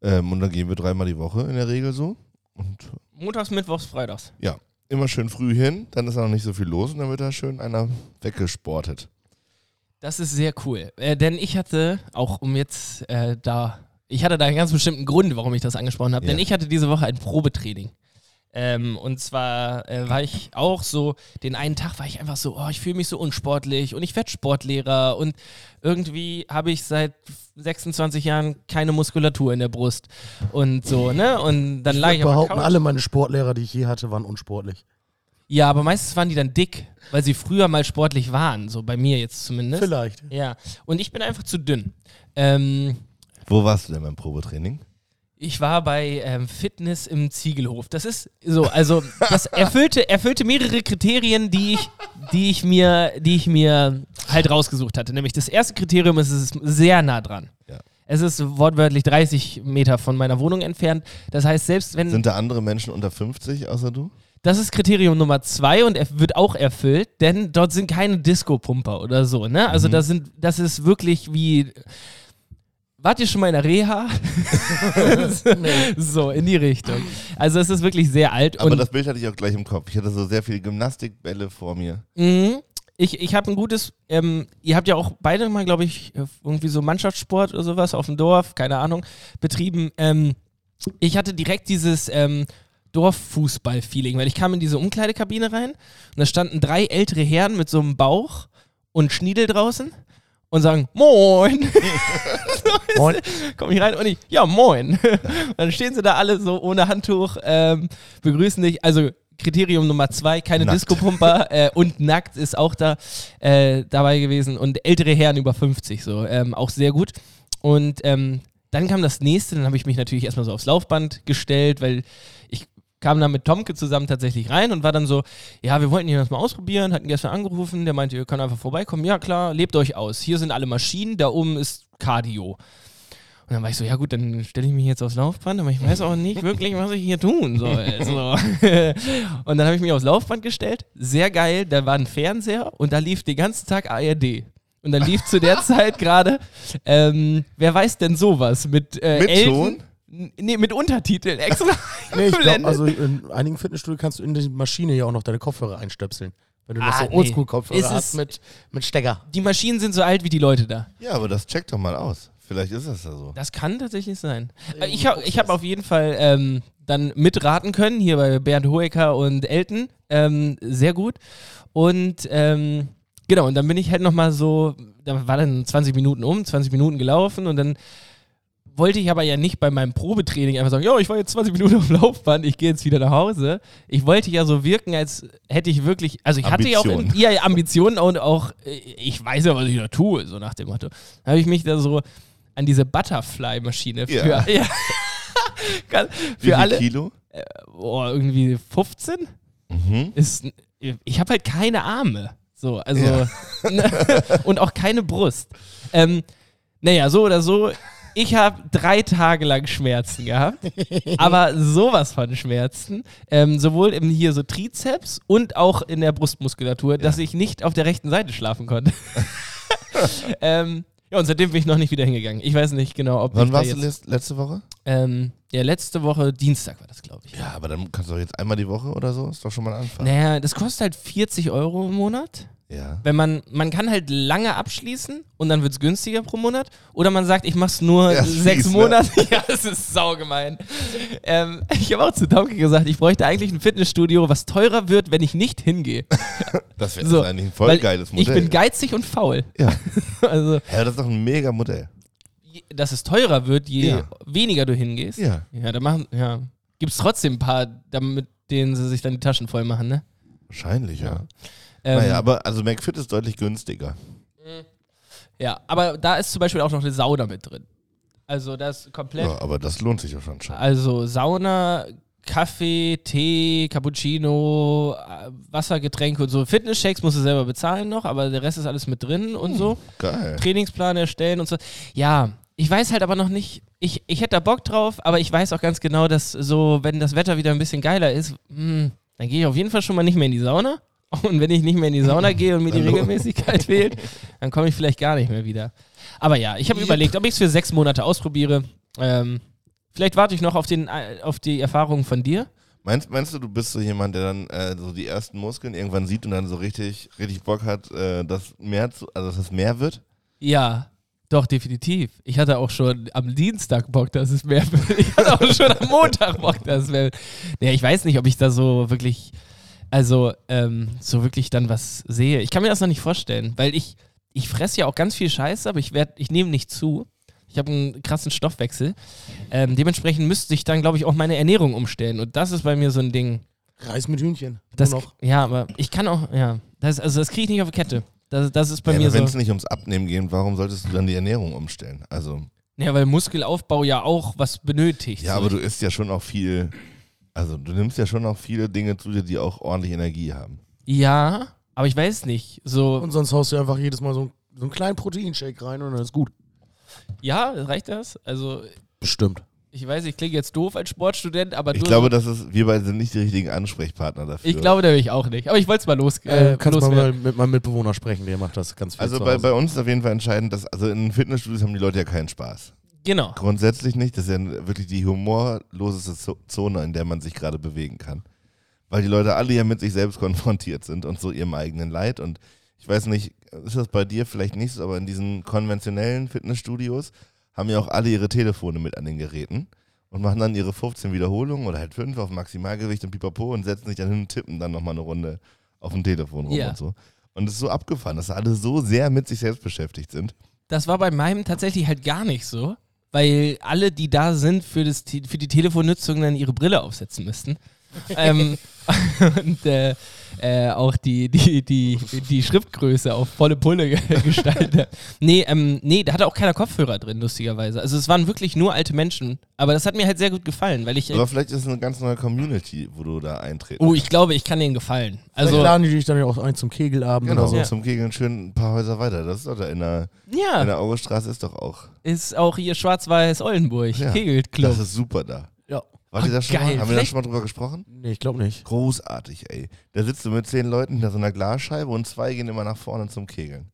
Ähm, und dann gehen wir dreimal die Woche in der Regel so. Und Montags, Mittwochs, Freitags. immer schön früh hin, dann ist da noch nicht so viel los und dann wird da schön einer weggesportet. Das ist sehr cool. Äh, denn ich hatte, auch um jetzt äh, da, ich hatte da einen ganz bestimmten Grund, warum ich das angesprochen habe. Ja. Denn ich hatte diese Woche ein Probetraining. Ähm, und zwar äh, war ich auch so, den einen Tag war ich einfach so, oh, ich fühle mich so unsportlich und ich werde Sportlehrer und irgendwie habe ich seit 26 Jahren keine Muskulatur in der Brust und so, ne? Und dann lag ich Ich auf der behaupten, Couch. alle meine Sportlehrer, die ich je hatte, waren unsportlich. Ja, aber meistens waren die dann dick, weil sie früher mal sportlich waren, so bei mir jetzt zumindest. Vielleicht. Ja, und ich bin einfach zu dünn. Ähm, Wo warst du denn beim Probetraining? ich war bei ähm, Fitness im Ziegelhof. Das ist so, also das erfüllte, erfüllte mehrere Kriterien, die ich, die ich mir, die ich mir halt rausgesucht hatte. Nämlich das erste Kriterium ist, es ist sehr nah dran. Ja. Es ist wortwörtlich 30 Meter von meiner Wohnung entfernt. Das heißt, selbst wenn Sind da andere Menschen unter 50 außer du? Das ist Kriterium Nummer zwei und er wird auch erfüllt, denn dort sind keine Disco-Pumper oder so, ne? Mhm. Also das sind, das ist wirklich wie. Wart ihr schon mal in der Reha? So, in die Richtung. Also es ist wirklich sehr alt. Aber und das Bild hatte ich auch gleich im Kopf. Ich hatte so sehr viele Gymnastikbälle vor mir. Mhm. Ich, ich habe ein gutes, ähm, ihr habt ja auch beide mal, glaube ich, irgendwie so Mannschaftssport oder sowas auf dem Dorf, keine Ahnung, betrieben. Ähm, ich hatte direkt dieses ähm, Dorffußball-Feeling, weil ich kam in diese Umkleidekabine rein und da standen drei ältere Herren mit so einem Bauch und Schniedel draußen und sagen, moin, Moin. komm ich rein und ich, ja, moin. Und dann stehen sie da alle so ohne Handtuch, ähm, begrüßen dich. Also Kriterium Nummer zwei, keine Nackt. Disco-Pumper äh, und nackt ist auch da äh, dabei gewesen und ältere Herren über 50, so ähm, auch sehr gut. Und ähm, dann kam das nächste, dann habe ich mich natürlich erstmal so aufs Laufband gestellt, weil ich kam dann mit Tomke zusammen tatsächlich rein und war dann so, ja, wir wollten hier das mal ausprobieren, hatten gestern angerufen, der meinte, ihr könnt einfach vorbeikommen, ja klar, lebt euch aus, hier sind alle Maschinen, da oben ist Cardio. Und dann war ich so, ja gut, dann stelle ich mich jetzt aufs Laufband, aber ich weiß auch nicht wirklich, was ich hier tun soll. So. Und dann habe ich mich aufs Laufband gestellt, sehr geil, da war ein Fernseher und da lief den ganzen Tag ARD. Und dann lief zu der Zeit gerade, ähm, wer weiß denn sowas, mit, äh, Mit Elton, Nee, mit Untertiteln extra. Nee, ich glaub, eingeblendet. also in einigen Fitnessstudios kannst du in die Maschine ja auch noch deine Kopfhörer einstöpseln. Wenn du Ah, noch so nee. Oldschool-Kopfhörer Es ist- hast mit, mit Stecker. die Maschinen sind so alt wie die Leute da. Ja, aber das check doch mal aus. Vielleicht ist das ja so. Das kann tatsächlich sein. Äh, Ich habe ich hab auf jeden Fall ähm, dann mitraten können, hier bei Bernd Hoeker und Elton. Ähm, sehr gut. Und ähm, genau, und dann bin ich halt nochmal so, da war dann 20 Minuten um, 20 Minuten gelaufen und dann wollte ich aber ja nicht bei meinem Probetraining einfach sagen, ja, ich war jetzt 20 Minuten auf dem Laufband, ich gehe jetzt wieder nach Hause. Ich wollte ja so wirken, als hätte ich wirklich, also ich hatte ja auch in, Ambitionen. ja, ja, Ambitionen und auch, äh, ich weiß ja, was ich da tue, so nach dem Motto. Da habe ich mich da so an diese Butterfly-Maschine für, Ja. ja. Ganz- Wie viel für alle, Kilo? boah, Oh, irgendwie 15? Mhm. Ist, ich habe halt keine Arme. So, also. ne, Ja. und auch keine Brust. Ähm, naja, so oder so. Ich habe drei Tage lang Schmerzen gehabt, aber sowas von Schmerzen, ähm, sowohl im hier so Trizeps und auch in der Brustmuskulatur, dass ich nicht auf der rechten Seite schlafen konnte. ähm, ja, und seitdem bin ich noch nicht wieder hingegangen. Ich weiß nicht genau, ob Wann ich warst du da jetzt, letzt- letzte Woche? ähm, Ja, letzte Woche Dienstag war das, glaube ich. Ja, aber dann kannst du doch jetzt einmal die Woche oder so. Ist doch schon mal ein Anfang. Naja, das kostet halt 40 Euro im Monat. Ja. Wenn man, man kann halt lange abschließen und dann wird es günstiger pro Monat. Oder man sagt, ich mach's nur Ja, sechs fies, ne? Monate. Ja, das ist saugemein. Ähm, ich habe auch zu Dauke gesagt, ich bräuchte eigentlich ein Fitnessstudio, was teurer wird, wenn ich nicht hingehe. Das wäre So, eigentlich ein voll Weil geiles Modell. Ich bin geizig und faul. Ja. Also, ja, das ist doch ein mega Modell. je- dass es teurer wird, je Ja. weniger du hingehst. Ja. Ja, da machen, ja. Gibt's trotzdem ein paar, damit denen sie sich dann die Taschen voll machen, ne? Wahrscheinlich, ja. Ähm, naja, aber also McFit ist deutlich günstiger. Ja, aber da ist zum Beispiel auch noch eine Sauna mit drin. Also das komplett. Ja, aber das lohnt sich ja schon schon. Also Sauna, Kaffee, Tee, Cappuccino, äh, Wassergetränke und so. Fitness-Shakes musst du selber bezahlen noch, aber der Rest ist alles mit drin und so. Geil. Trainingsplan erstellen und so. Ja, ich weiß halt aber noch nicht, ich, ich hätte da Bock drauf, aber ich weiß auch ganz genau, dass so, wenn das Wetter wieder ein bisschen geiler ist, hm, dann gehe ich auf jeden Fall schon mal nicht mehr in die Sauna. Und wenn ich nicht mehr in die Sauna gehe und mir die Hallo. Regelmäßigkeit fehlt, dann komme ich vielleicht gar nicht mehr wieder. Aber ja, ich habe überlegt, ob ich es für sechs Monate ausprobiere. Ähm, vielleicht warte ich noch auf, den, äh, auf die Erfahrungen von dir. Meinst, meinst du, du bist so jemand, der dann äh, so die ersten Muskeln irgendwann sieht und dann so richtig, richtig Bock hat, äh, dass mehr zu, also dass es mehr wird? Ja, doch, definitiv. Ich hatte auch schon am Dienstag Bock, dass es mehr wird. Ich hatte auch schon am Montag Bock, dass es mehr wird. Naja, ich weiß nicht, ob ich da so wirklich, also ähm, so wirklich dann was sehe. Ich kann mir das noch nicht vorstellen, weil ich, ich fresse ja auch ganz viel Scheiße, aber ich, werd- ich nehme nicht zu. Ich habe einen krassen Stoffwechsel. Ähm, dementsprechend müsste ich dann, glaube ich, auch meine Ernährung umstellen. Und das ist bei mir so ein Ding. Reis mit Hühnchen. Das, Nur noch. Ja, aber ich kann auch, ja. Das, also das kriege ich nicht auf die Kette. Das, das ist bei ja, mir so. Wenn es nicht ums Abnehmen geht, warum solltest du dann die Ernährung umstellen? Also, Ja, weil Muskelaufbau ja auch was benötigt. ja, So. aber du isst ja schon auch viel, also du nimmst ja schon auch viele Dinge zu dir, die auch ordentlich Energie haben. Ja, aber ich weiß nicht. So, Und sonst haust du einfach jedes Mal so, einen- so einen kleinen Proteinshake rein und dann ist gut. ja, reicht das? Also, Bestimmt. ich weiß, ich klinge jetzt doof als Sportstudent, aber Ich nur- glaube, das ist, wir beide sind nicht die richtigen Ansprechpartner dafür. ich glaube nämlich auch nicht. Aber ich wollte es mal los, äh, Äh, kannst mal, loswerden. mal mit meinem Mitbewohner sprechen, der macht das ganz viel. also zu bei, Hause. bei uns ist auf jeden Fall entscheidend, dass, also in Fitnessstudios haben die Leute ja keinen Spaß. Genau. Grundsätzlich nicht. Das ist ja wirklich die humorloseste Zo- Zone, in der man sich gerade bewegen kann. Weil die Leute alle ja mit sich selbst konfrontiert sind und so ihrem eigenen Leid. Und ich weiß nicht, ist das bei dir vielleicht nicht so, aber in diesen konventionellen Fitnessstudios haben ja auch alle ihre Telefone mit an den Geräten und machen dann ihre 15 Wiederholungen oder halt 5 auf Maximalgewicht und pipapo und setzen sich dann hin und tippen dann nochmal eine Runde auf dem Telefon rum Ja. und so. Und es ist so abgefahren, dass alle so sehr mit sich selbst beschäftigt sind. Das war bei meinem tatsächlich halt gar nicht so, weil alle, die da sind, für, das, Te- für die Telefonnutzung dann ihre Brille aufsetzen müssten. ähm, und äh, äh, auch die, die, die, die Schriftgröße auf volle Pulle ge- gestaltet. Nee, ähm, nee, da hatte auch keiner Kopfhörer drin, lustigerweise. Also es waren wirklich nur alte Menschen. Aber das hat mir halt sehr gut gefallen, weil ich. Aber vielleicht ist es eine ganz neue Community, wo du da eintreten oh, ich glaube, ich kann denen gefallen. Vielleicht Also. laden die dich dann ja auch ein zum Kegelabend Genau, oder so. Ja. zum Kegeln schön ein paar Häuser weiter. Das ist doch da in der, in Ja, der Augestraße ist doch auch. ist auch hier Schwarz-Weiß-Oldenburg. Ja. Kegelt Club. Das ist super da. Ja. Wart ihr da schon geil. mal? Haben wir da Vielleicht- schon mal drüber gesprochen? Nee, ich glaube nicht. Großartig, ey. Da sitzt du mit zehn Leuten hinter so einer Glasscheibe und zwei gehen immer nach vorne zum Kegeln.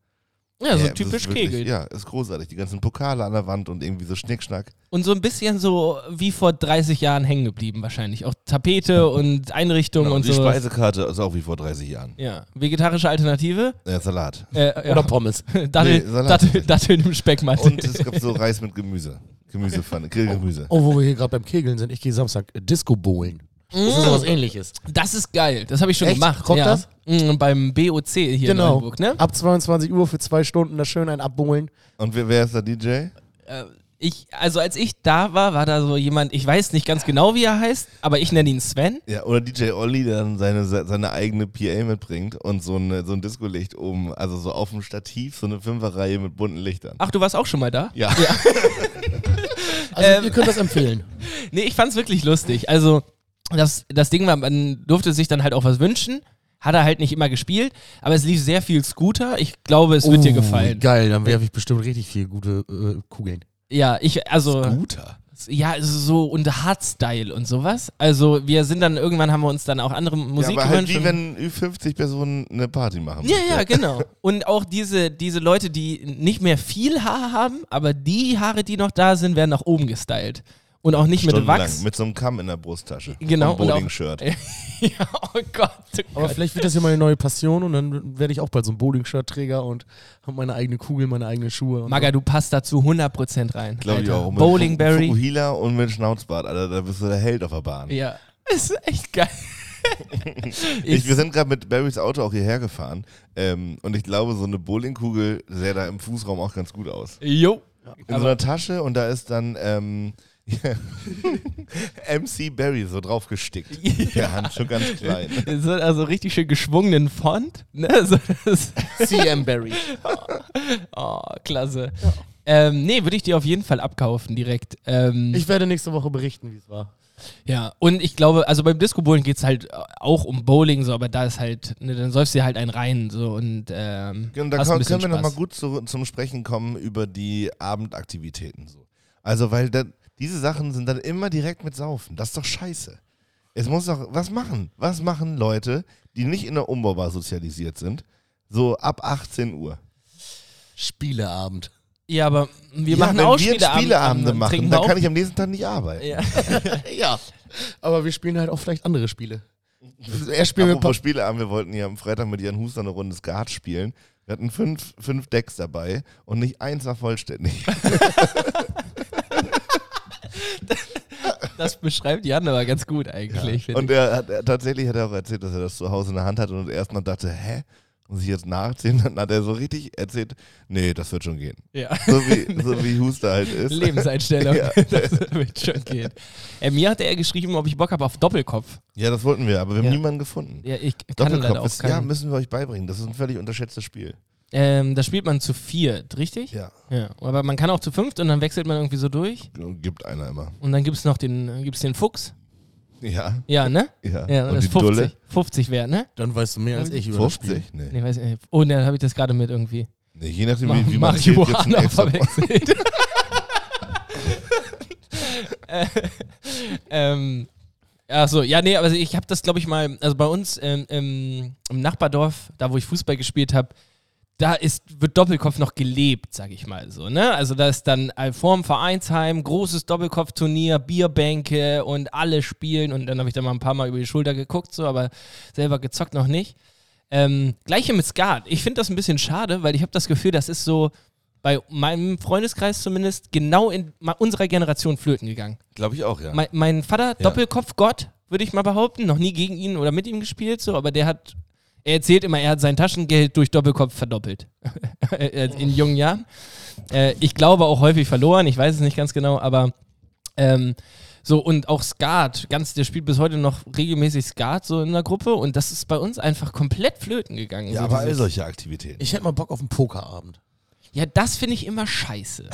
Ja, Ja, so das ist typisch wirklich- Kegelt. Ja, ist großartig. Die ganzen Pokale an der Wand und irgendwie so Schnickschnack. Und so ein bisschen so wie vor 30 Jahren hängen geblieben wahrscheinlich. Auch Tapete und Einrichtung Genau, Um und die so. Speisekarte ist auch wie vor 30 Jahren. Ja, vegetarische Alternative. Äh, Salat. Äh, Oder ja. Pommes. Dattel, Nee, Salat. Dattel, Datteln im Speckmatt. Und es gibt so Reis mit Gemüse. Gemüsepfanne, Grillgemüse. Oh, wo wir hier gerade beim Kegeln sind, ich gehe Samstag äh, Disco bowlen. Das ist sowas ähnliches. das ist geil. Das habe ich schon Echt? gemacht. Kommt das? Mm, beim BOC hier in genau. Hamburg, ne? Ab 22 Uhr für zwei Stunden das schön ein Abbohlen. Und wer, wer ist der DJ? Ich, also als ich da war, war da so jemand, ich weiß nicht ganz genau, wie er heißt, aber ich nenne ihn Sven. Ja, oder DJ Olli, der dann seine, seine eigene PA mitbringt und so, eine, so ein Discolicht oben, also so auf dem Stativ, so eine Fünferreihe mit bunten Lichtern. Ach, du warst auch schon mal da? Ja. Also Ähm. ihr könnt das empfehlen. Nee, ich fand's wirklich lustig. Also, das, das Ding war, man durfte sich dann halt auch was wünschen. Hat er halt nicht immer gespielt, aber es lief sehr viel Scooter. Ich glaube, es wird dir Oh, gefallen. Geil, dann werfe ich bestimmt richtig viel gute äh, Kugeln. Ja, ich, also. Guter. Ja, also so und Hardstyle und sowas. Also, wir sind dann irgendwann haben wir uns dann auch andere ja, Musik aber halt gewünscht wie und- wenn über 50 Personen eine Party machen. Ja, ja, genau. Und auch diese, diese Leute, die nicht mehr viel Haar haben, aber die Haare, die noch da sind, werden nach oben gestylt. Und auch nicht mit Stundenlang, Wachs. mit so einem Kamm in der Brusttasche. Genau, Und und auch- Bowling-Shirt. ja, oh Gott. Oh Aber Gott. vielleicht wird das ja meine neue Passion und dann werde ich auch bald so ein Bowling-Shirt-Träger und habe meine eigene Kugel, meine eigenen Schuhe. Und Maga, du passt dazu 100% rein. Glaube ich Alter. auch. Mit Bowlingberry. Fukuhila und mit Schnauzbart, Alter, da bist du der Held auf der Bahn. Ja. Ist echt geil. Ich, wir sind gerade mit Barrys Auto auch hierher gefahren ähm, und ich glaube, so eine Bowlingkugel sähe da im Fußraum auch ganz gut aus. Jo. In so einer Tasche und da ist dann ähm, MC Barry so draufgestickt. Der Hand schon ganz klein. Es hat also richtig schön geschwungenen Font. Ne? So, das, CM Barry. oh, klasse. Ähm, nee, würde ich dir auf jeden Fall abkaufen direkt. Ähm, Ich werde nächste Woche berichten, wie es war. ja, und ich glaube, also beim Disco-Bowling geht es halt auch um Bowling, so, aber da ist halt, ne, dann säufst du dir halt einen rein. So, und ähm, Und da hast ein kann, Genau, bisschen können wir nochmal Spaß. gut zu, zum Sprechen kommen über die Abendaktivitäten. So. Also, weil da, diese Sachen sind dann immer direkt mit Saufen. Das ist doch scheiße. Es muss doch, was machen? Was machen Leute, die nicht in der Umbaubar sozialisiert sind, so ab 18 Uhr? Spieleabend. Ja, aber wir Ja, machen wenn auch wir Spieleabend, Spieleabende dann trinken machen, wir dann auch- kann ich am nächsten Tag nicht arbeiten. Ja. Ja. Aber wir spielen halt auch vielleicht andere Spiele. Er spielt mit Apropos Spieleabend, wir wollten ja am Freitag mit Jan Huster eine Runde Skat spielen. Wir hatten fünf, fünf Decks dabei und nicht eins war vollständig. Das beschreibt Jan aber ganz gut eigentlich. Und er hat er, tatsächlich hat er auch erzählt, dass er das zu Hause in der Hand hatte und erstmal dachte, hä? Muss ich jetzt nachziehen? Dann hat er so richtig erzählt, nee, das wird schon gehen. ja. So wie, so wie Huster halt ist. Lebenseinstellung. Ja. Das wird schon gehen. Äh, mir hat er geschrieben, ob ich Bock habe auf Doppelkopf. Ja, das wollten wir, aber wir haben Ja. niemanden gefunden. Ja, ich kann leider Doppelkopf auch ist, ja, keinen. müssen wir euch beibringen. Das ist ein völlig unterschätztes Spiel. ähm, da spielt man zu viert, richtig? Ja. ja. Aber man kann auch zu fünft und dann wechselt man irgendwie so durch. Gibt einer immer. Und dann gibt es noch den, gibt's den Fuchs. Ja. Ja, ne? Ja. Ja, und das die ist 50. Dulle? 50 wert, ne? Dann weißt du mehr als ich über das Spiel. 50? Nee. Nee, weiß ich nicht. Oh, ne, habe ich das gerade mit irgendwie. nee. Je nachdem, Ma- wie, wie man zählt, gibt's einen Marihuana extra Punkt. verwechselt. Äh, ähm, ach so, ja, nee, aber ich habe das, glaube ich, mal, also bei uns ähm, im, im Nachbardorf, da wo ich Fußball gespielt habe, da ist, wird Doppelkopf noch gelebt, sag ich mal so. Ne? Also da ist dann äh, vorm Vereinsheim, großes Doppelkopfturnier, Bierbänke und alle spielen. Und dann habe ich da mal ein paar Mal über die Schulter geguckt, so, aber selber gezockt noch nicht. Ähm, Gleiche mit Skat. Ich finde das ein bisschen schade, weil ich habe das Gefühl, das ist so bei meinem Freundeskreis zumindest genau in ma- unserer Generation flöten gegangen. Glaube ich auch, ja. Mein, mein Vater, Doppelkopfgott, würde ich mal behaupten, noch nie gegen ihn oder mit ihm gespielt, so, aber der hat, er erzählt immer, er hat sein Taschengeld durch Doppelkopf verdoppelt. in jungen Jahren. Äh, ich glaube auch häufig verloren, ich weiß es nicht ganz genau, aber ähm, so und auch Skat, ganz, der spielt bis heute noch regelmäßig Skat so in der Gruppe und das ist bei uns einfach komplett flöten gegangen. ja, so aber also, dieses- all solche Aktivitäten. also Ich hätte mal Bock auf einen Pokerabend. ja, das finde ich immer scheiße.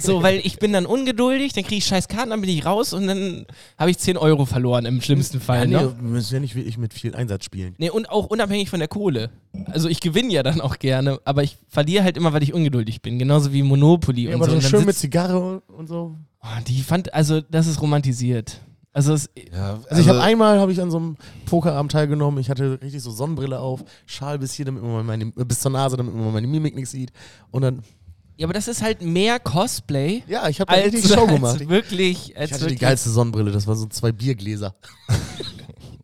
So, weil ich bin dann ungeduldig, dann kriege ich scheiß Karten, dann bin ich raus und dann habe ich 10 Euro verloren im schlimmsten Ja, Fall. Äh, nee, ne? wir müssen ja nicht wie ich mit viel Einsatz spielen. nee, und auch unabhängig von der Kohle. Also ich gewinne ja dann auch gerne, aber ich verliere halt immer, weil ich ungeduldig bin. Genauso wie Monopoly Ja, und aber so. so Und dann schön mit sitzt- Zigarre und so. oh, die fand, also das ist romantisiert. Also es, Ja, also, Also ich habe einmal habe ich an so einem Pokerabend teilgenommen. Ich hatte richtig so Sonnenbrille auf, Schal bis hier, damit man meine äh, bis zur Nase, damit man meine Mimik nicht sieht. Und dann ja, aber das ist halt mehr Cosplay ja, ich habe da richtig als, Show als gemacht. wirklich. Als Ich hatte die wirklich geilste Sonnenbrille. Das waren so zwei Biergläser.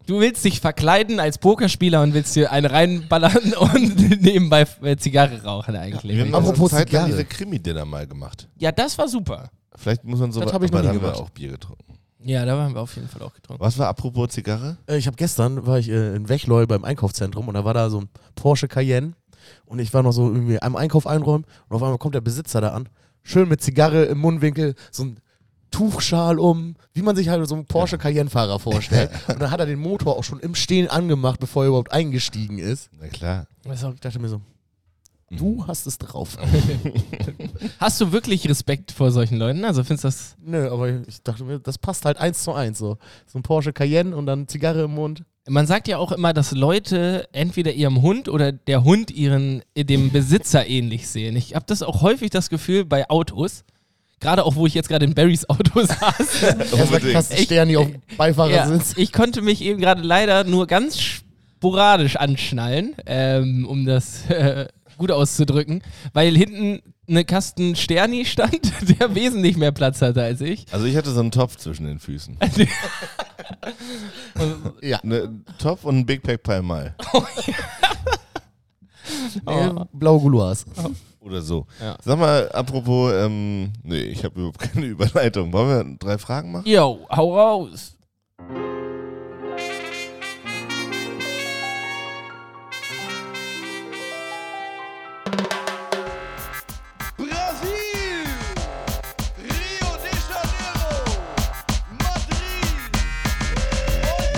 Du willst dich verkleiden als Pokerspieler und willst dir einen reinballern und nebenbei äh, Zigarre rauchen eigentlich. wir haben Ja, auch eine Apropos Zeit lang Zigarre. diese Krimi-Dinner mal gemacht. das war super. Vielleicht muss man so Das aber hab ich noch dann nie haben wir gemacht. auch Bier getrunken. Ja, da haben wir auf jeden Fall auch getrunken. Was war apropos Zigarre? Äh, ich habe gestern war ich äh, in Wechleu beim Einkaufszentrum und da war da so ein Porsche Cayenne und ich war noch so irgendwie am Einkauf einräumen und auf einmal kommt der Besitzer da an, schön mit Zigarre im Mundwinkel, so ein Tuchschal um, wie man sich halt so einen Porsche Cayenne Fahrer vorstellt. Und dann hat er den Motor auch schon im Stehen angemacht, bevor er überhaupt eingestiegen ist. Na klar. Ich dachte mir so, du hast es drauf. Hast du wirklich Respekt vor solchen Leuten? Also findest du das. Nö, aber ich dachte mir, das passt halt eins zu eins so. So ein Porsche Cayenne und dann Zigarre im Mund. Man sagt ja auch immer, dass Leute entweder ihrem Hund oder der Hund ihren dem Besitzer ähnlich sehen. Ich habe das auch häufig das Gefühl bei Autos. Gerade auch, wo ich jetzt gerade in Barrys Auto saß. Erstmal Unbedingt. Kasten Sterni auf dem Ja, Beifahrersitz. ich konnte mich eben gerade leider nur ganz sporadisch anschnallen, ähm, um das äh, gut auszudrücken, weil hinten eine Kasten Sterni stand, der wesentlich mehr Platz hatte als ich. Also ich hatte so einen Topf zwischen den Füßen. Ja. Einen Ne, Topf und einen Big Pack Palmal. Oh. Blaue Gouloirs. Oder so. Ja. Sag mal, apropos, ähm, nee, ich habe überhaupt keine Überleitung. Wollen wir drei Fragen machen? Yo, hau raus. Brasil! Rio de Janeiro! Madrid!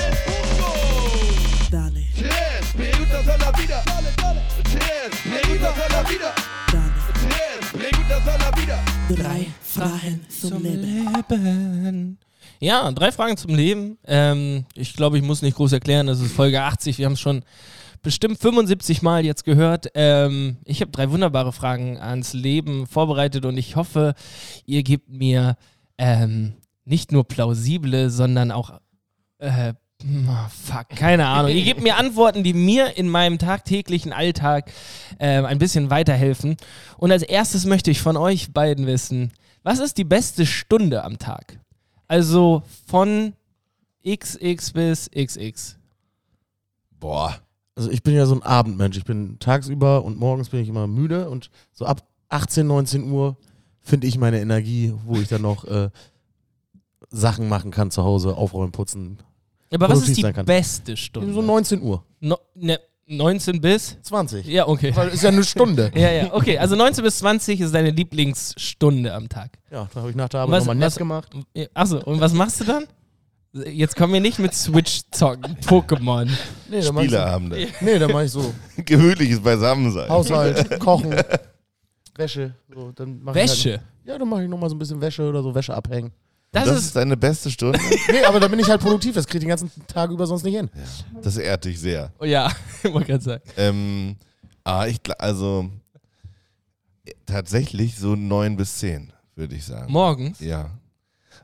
Montevideo! Dale, Tres preguntas a la vida! Tres preguntas a la vida! dale. Tres preguntas a la vida! Drei Fragen zum Leben. Leben. Ja, drei Fragen zum Leben. Ähm, ich glaube, ich muss nicht groß erklären, das ist Folge 80. Wir haben es schon bestimmt 75 Mal jetzt gehört. Ähm, ich habe drei wunderbare Fragen ans Leben vorbereitet und ich hoffe, ihr gebt mir ähm, nicht nur plausible, sondern auch... Äh, oh, fuck, keine Ahnung. ihr gebt mir Antworten, die mir in meinem tagtäglichen Alltag ähm, ein bisschen weiterhelfen. Und als erstes möchte ich von euch beiden wissen, was ist die beste Stunde am Tag? Also von XX bis XX. Boah. Also ich bin ja so ein Abendmensch. Ich bin tagsüber und morgens bin ich immer müde und so ab 18, 19 Uhr finde ich meine Energie, wo ich dann noch äh, Sachen machen kann zu Hause, aufräumen, putzen. Aber was Produktiv ist die sein kann. beste Stunde? So 19 Uhr, No, ne, 19 bis? 20. Ja, okay. Weil ist ja eine Stunde. Ja, ja, okay. Also 19 bis 20 ist deine Lieblingsstunde am Tag. Ja, da habe ich nach der Arbeit Was- nochmal nett was- gemacht. Achso, und was machst du dann? Jetzt kommen wir nicht mit Switch zocken, Pokémon. Nee, dann mach ich so, Spieleabende. nee, dann mach ich so Gemütliches Beisammensein. Haushalt, Kochen, Wäsche. So, dann mach Ich Wäsche. halt, ja, dann mache ich nochmal so ein bisschen Wäsche oder so, Wäsche abhängen. Das, das ist, ist deine beste Stunde. Nee, aber da bin ich halt produktiv. Das kriege ich den ganzen Tag über sonst nicht hin. Das ehrt dich sehr. oh ja, wollte gerade sagen. Ähm, ah, ich, gl- also äh, tatsächlich so neun bis zehn, würde ich sagen. Morgens. Ja.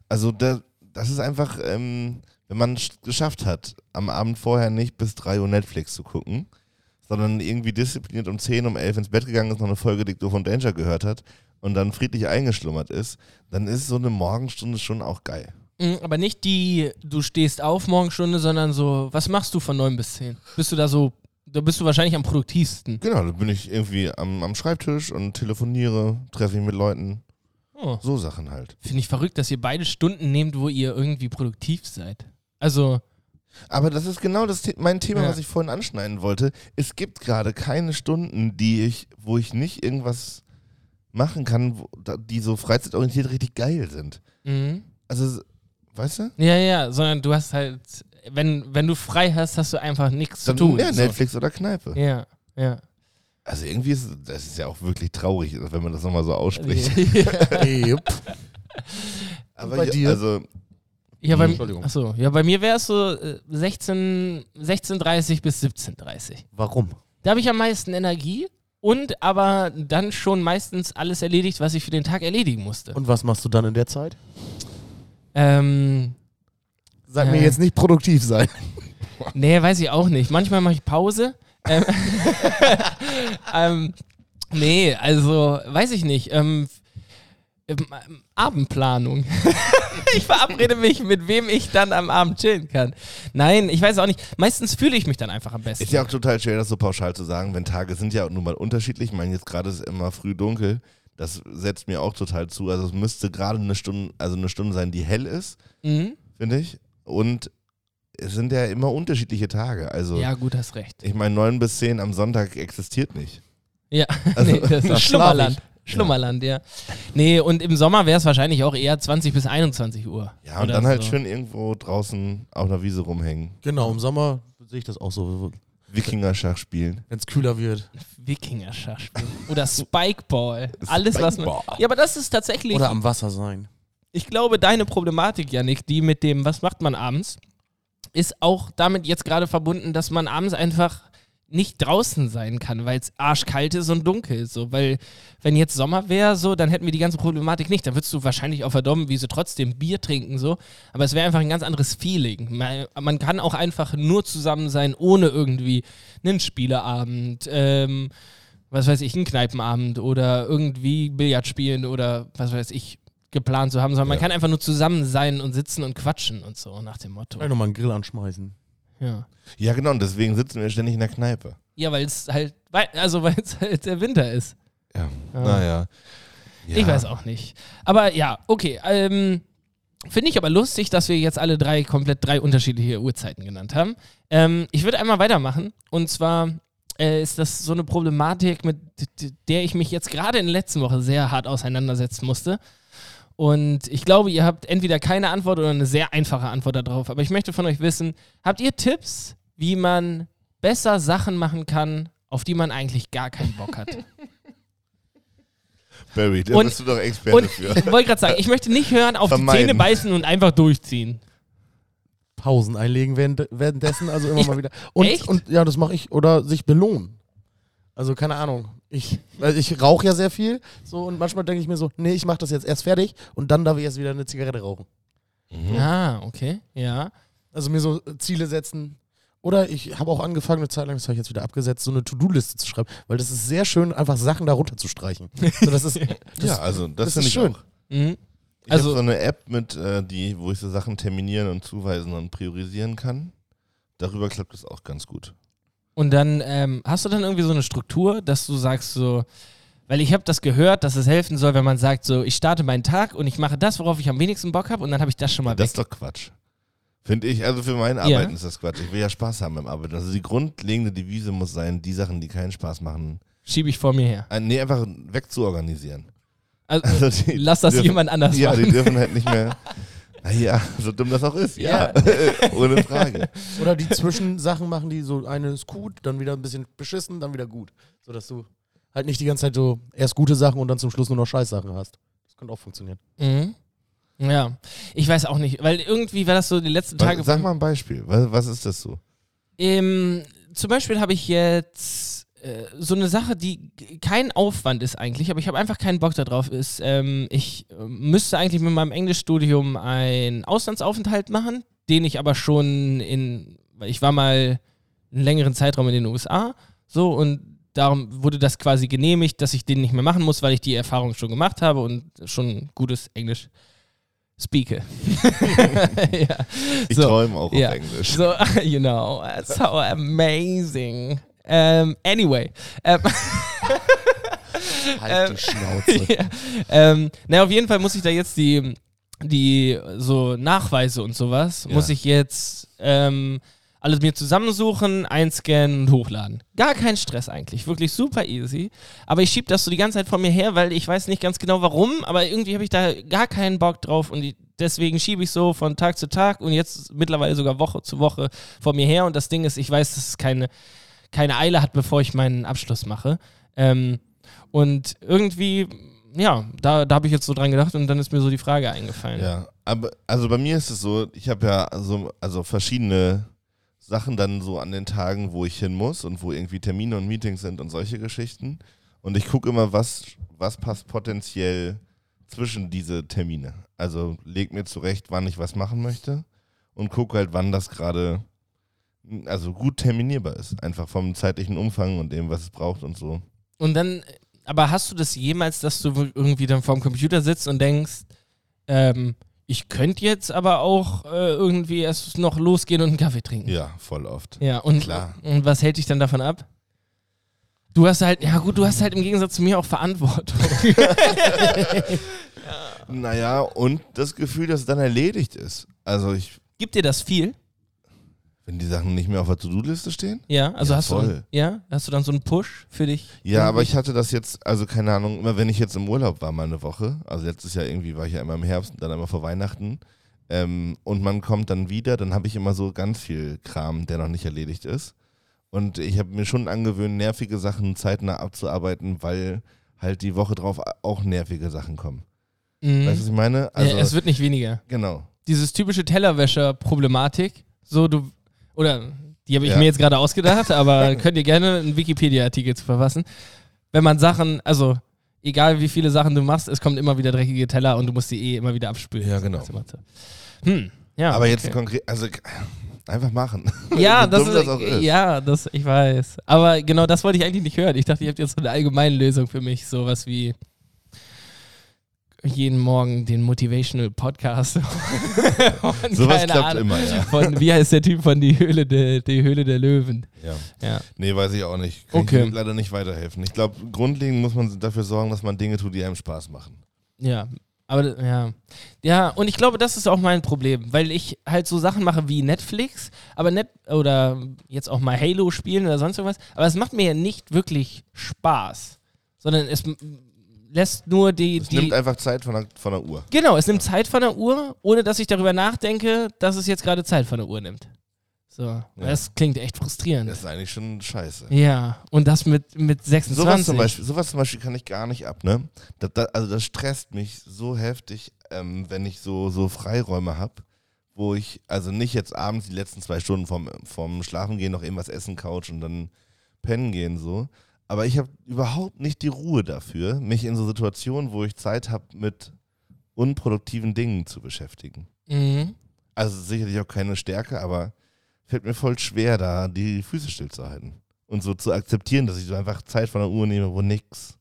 Also da, das ist einfach, ähm, wenn man es geschafft hat, am Abend vorher nicht bis 3 Uhr Netflix zu gucken, sondern irgendwie diszipliniert um 10, um 11 ins Bett gegangen ist, noch eine Folge Dicto von Danger gehört hat und dann friedlich eingeschlummert ist, dann ist so eine Morgenstunde schon auch geil. Mhm, Aber nicht die, du stehst auf Morgenstunde, sondern so, was machst du von 9 bis 10? Bist du da so, da bist du wahrscheinlich am produktivsten. Genau, da bin ich irgendwie am, am Schreibtisch und telefoniere, treffe mich mit Leuten, Oh. so Sachen halt. Finde ich verrückt, dass ihr beide Stunden nehmt, wo ihr irgendwie produktiv seid. Also, Aber das ist genau das The mein Thema, Ja. was ich vorhin anschneiden wollte. Es gibt gerade keine Stunden, die ich, wo ich nicht irgendwas machen kann, wo, da- die so freizeitorientiert richtig geil sind. mhm. Also, s- weißt du? ja, ja, sondern du hast halt, wenn, wenn du frei hast, hast du einfach nichts zu Dann tun. ja, so. Netflix oder Kneipe. ja, ja. Also irgendwie ist das ist ja auch wirklich traurig, wenn man das nochmal so ausspricht. Yep. Aber bei hier- dir? also ja, bei, Entschuldigung. achso, ja, bei mir wäre es so äh, 16, 16.30 bis 17.30. Warum? Da habe ich am meisten Energie und aber dann schon meistens alles erledigt, was ich für den Tag erledigen musste. Und was machst du dann in der Zeit? ähm, Sag Ja. mir jetzt nicht produktiv sein. nee, weiß ich auch nicht. Manchmal mache ich Pause. Ähm, ähm, nee, also weiß ich nicht. Ähm, ähm, ähm, Abendplanung. ich verabrede mich, mit wem ich dann am Abend chillen kann. Nein, ich weiß auch nicht. Meistens fühle ich mich dann einfach am besten. ist ja auch total schwer, das so pauschal zu sagen, wenn Tage sind ja nun mal unterschiedlich. Ich meine, jetzt gerade ist immer früh dunkel. Das setzt mir auch total zu. Also es müsste gerade eine Stunde, also eine Stunde sein, die hell ist. Mhm. finde ich. Und es sind ja immer unterschiedliche Tage. Also, ja gut, hast recht. ich meine, 9 bis 10 am Sonntag existiert nicht. Ja, Also- nee, das Da ist schlaf Schlummerland. Schlummerland, ja. Nee, und im Sommer wäre es wahrscheinlich auch eher 20 bis 21 Uhr. Ja, und Oder dann halt so. schön irgendwo draußen auf einer Wiese rumhängen, Genau, im Sommer sehe ich das auch so. Wikingerschach spielen. Wenn es kühler wird. Wikinger-Schach spielen. Oder Spikeball. Alles, was man. Spikeball. Ja, aber das ist tatsächlich, Oder am Wasser sein. ich glaube, deine Problematik, Janik, die mit dem, was macht man abends, ist auch damit jetzt gerade verbunden, dass man abends einfach nicht draußen sein kann, weil es arschkalt ist und dunkel ist. So. Weil, wenn jetzt Sommer wäre, so, dann hätten wir die ganze Problematik nicht. Dann würdest du wahrscheinlich auf der Dommenwiese trotzdem Bier trinken, so. Aber es wäre einfach ein ganz anderes Feeling. Man, man kann auch einfach nur zusammen sein, ohne irgendwie einen Spieleabend, ähm, was weiß ich, einen Kneipenabend oder irgendwie Billard spielen oder was weiß ich geplant zu haben, sondern man Ja. kann einfach nur zusammen sein und sitzen und quatschen und so nach dem Motto. Vielleicht nochmal einen Grill anschmeißen. Ja, Ja, genau, und deswegen sitzen wir ständig in der Kneipe. ja weil es halt, wei- also weil es halt der Winter ist. Ja. Ja. Naja. Ja. Ich weiß auch nicht. Aber ja, okay. Ähm, Finde ich aber lustig, dass wir jetzt alle drei komplett drei unterschiedliche Uhrzeiten genannt haben. Ähm, ich würde einmal weitermachen. Und zwar äh, ist das so eine Problematik, mit d- der ich mich jetzt gerade in der letzten Woche sehr hart auseinandersetzen musste. Und ich glaube, ihr habt entweder keine Antwort oder eine sehr einfache Antwort darauf. Aber ich möchte von euch wissen, habt ihr Tipps, wie man besser Sachen machen kann, auf die man eigentlich gar keinen Bock hat? Barry, da Und- bist du doch Experte Und für. ich wollte gerade sagen, ich möchte nicht hören, auf Vermeiden. die Zähne beißen und einfach durchziehen. Pausen einlegen während, währenddessen, also immer mal wieder. Und, Echt? und ja, das mache ich. Oder sich belohnen. Also keine Ahnung. Ich, also ich rauche ja sehr viel. So, und manchmal denke ich mir so, nee, ich mache das jetzt erst fertig und dann darf ich erst wieder eine Zigarette rauchen. Mhm. Ah, okay. Ja. Also mir so äh, Ziele setzen. Oder ich habe auch angefangen, eine Zeit lang, das habe ich jetzt wieder abgesetzt, so eine To-Do-Liste zu schreiben, weil das ist sehr schön, einfach Sachen darunter zu streichen. So, das ist, das, ja, also das, das finde ist ich schön. auch. Mhm. Ich also Also- habe so eine App mit, äh, die, wo ich so Sachen terminieren und zuweisen und priorisieren kann. Darüber klappt es auch ganz gut. Und dann ähm, hast du dann irgendwie so eine Struktur, dass du sagst so, weil ich habe das gehört, dass es helfen soll, wenn man sagt so, ich starte meinen Tag und ich mache das, worauf ich am wenigsten Bock habe und dann habe ich das schon mal Das ist weg. doch Quatsch. Finde ich, also für mein Arbeiten ist das Quatsch. Ich will ja Spaß haben beim Arbeiten. Also die grundlegende Devise muss sein, die Sachen, die keinen Spaß machen, Schiebe ich vor mir her. äh, nee, einfach wegzuorganisieren. Also, Also die lass das dürfen- jemand anders Ja, die machen. dürfen halt nicht mehr. Naja, so dumm das auch ist, ja. Ohne Frage. Oder die Zwischensachen machen, die so eine ist gut, dann wieder ein bisschen beschissen, dann wieder gut. Sodass du halt nicht die ganze Zeit so erst gute Sachen und dann zum Schluss nur noch Scheißsachen hast. Das könnte auch funktionieren. Mhm. Ja. Ich weiß auch nicht, weil irgendwie war das so die letzten Tage. Was, sag mal ein Beispiel. Was, was ist das so? Ähm, zum Beispiel habe ich jetzt äh, so eine Sache, die g- kein Aufwand ist eigentlich, aber ich habe einfach keinen Bock darauf. Ist, ähm, ich äh, müsste eigentlich mit meinem Englischstudium einen Auslandsaufenthalt machen, den ich aber schon in, weil ich war mal einen längeren Zeitraum in den USA, so und darum wurde das quasi genehmigt, dass ich den nicht mehr machen muss, weil ich die Erfahrung schon gemacht habe und schon gutes Englisch speake. ja. Ich So. träume auch Ja. auf Englisch. So, you know, that's so amazing. Ähm, anyway. Ähm, Halt die Schnauze. ja, ähm, na, auf jeden Fall muss ich da jetzt die, die so Nachweise und sowas, Ja. muss ich jetzt ähm, alles mir zusammensuchen, einscannen und hochladen. Gar kein Stress eigentlich, wirklich super easy. Aber ich schiebe das so die ganze Zeit vor mir her, weil ich weiß nicht ganz genau warum, aber irgendwie habe ich da gar keinen Bock drauf und die, deswegen schiebe ich so von Tag zu Tag und jetzt mittlerweile sogar Woche zu Woche vor mir her. Und das Ding ist, ich weiß, dass es keine, keine Eile hat, bevor ich meinen Abschluss mache. Ähm, und irgendwie, ja, da, da habe ich jetzt so dran gedacht und dann ist mir so die Frage eingefallen. Ja, aber also bei mir ist es so, ich habe ja so, also verschiedene Sachen dann so an den Tagen, wo ich hin muss und wo irgendwie Termine und Meetings sind und solche Geschichten. Und ich gucke immer, was, was passt potenziell zwischen diese Termine. Also leg mir zurecht, wann ich was machen möchte und gucke halt, wann das gerade also gut terminierbar ist. Einfach vom zeitlichen Umfang und dem, was es braucht und so. Und dann, aber hast du das jemals, dass du w- irgendwie dann vorm Computer sitzt und denkst, ähm, ich könnte jetzt aber auch äh, irgendwie erst noch losgehen und einen Kaffee trinken? Ja, voll oft. Ja, und, Klar. und was hält dich dann davon ab? Du hast halt, ja gut, du hast halt im Gegensatz zu mir auch Verantwortung. Naja, und das Gefühl, dass es dann erledigt ist. Also ich Gibt dir das viel? Wenn die Sachen nicht mehr auf der To-Do-Liste stehen? Ja, also Ja, hast voll. du, ja, hast du dann so einen Push für dich? Ja, aber ich hatte das jetzt, also keine Ahnung, immer wenn ich jetzt im Urlaub war, mal eine Woche, also letztes Jahr irgendwie war ich ja immer im Herbst und dann immer vor Weihnachten, ähm, und man kommt dann wieder, dann habe ich immer so ganz viel Kram, der noch nicht erledigt ist. Und ich habe mir schon angewöhnt, nervige Sachen zeitnah abzuarbeiten, weil halt die Woche drauf auch nervige Sachen kommen. Mhm. Weißt du, was ich meine? Also, ja, es wird nicht weniger. genau. dieses typische Tellerwäscher-Problematik. So, du, oder die habe ich Ja. mir jetzt gerade ausgedacht, aber könnt ihr gerne einen Wikipedia-Artikel zu verfassen. Wenn man Sachen, also egal wie viele Sachen du machst, es kommt immer wieder dreckige Teller und du musst die eh immer wieder abspülen. Ja, genau. Hm, ja. Aber jetzt okay. konkret, also Einfach machen. Ja, So das, dumm ist, e ist. ja, das, ich weiß. Aber genau das wollte ich eigentlich nicht hören. Ich dachte, ihr habt jetzt so eine allgemeine Lösung für mich, sowas wie jeden Morgen den Motivational Podcast. Und Sowas keine klappt Ahnung. immer, ja. Von, wie heißt der Typ von die Höhle der, die Höhle der Löwen? ja. Ja. Nee, weiß ich auch nicht. Kann Okay. ich dir leider nicht weiterhelfen. Ich glaube, grundlegend muss man dafür sorgen, dass man Dinge tut, die einem Spaß machen. Ja, aber ja. Ja, und ich glaube, das ist auch mein Problem, weil ich halt so Sachen mache wie Netflix, aber net oder jetzt auch mal Halo spielen oder sonst irgendwas, aber es macht mir ja nicht wirklich Spaß, sondern es m- lässt nur die Es die nimmt einfach Zeit von der, von der Uhr. Genau, es nimmt Zeit von der Uhr, ohne dass ich darüber nachdenke, dass es jetzt gerade Zeit von der Uhr nimmt. So, das klingt echt frustrierend. Das ist eigentlich schon scheiße. ja, und das mit mit 26. Sowas zum, Beispiel, sowas zum Beispiel kann ich gar nicht ab, ne? Da, da, also das stresst mich so heftig, ähm, wenn ich so, so Freiräume habe, wo ich, also nicht jetzt abends die letzten zwei Stunden vom, vom Schlafen gehen noch irgendwas essen, Couch und dann pennen gehen so. Aber ich habe überhaupt nicht die Ruhe dafür, mich in so Situationen, wo ich Zeit habe, mit unproduktiven Dingen zu beschäftigen. Mhm. Also sicherlich auch keine Stärke, aber fällt mir voll schwer, da die Füße stillzuhalten. Und so zu akzeptieren, dass ich so einfach Zeit von der Uhr nehme, wo nix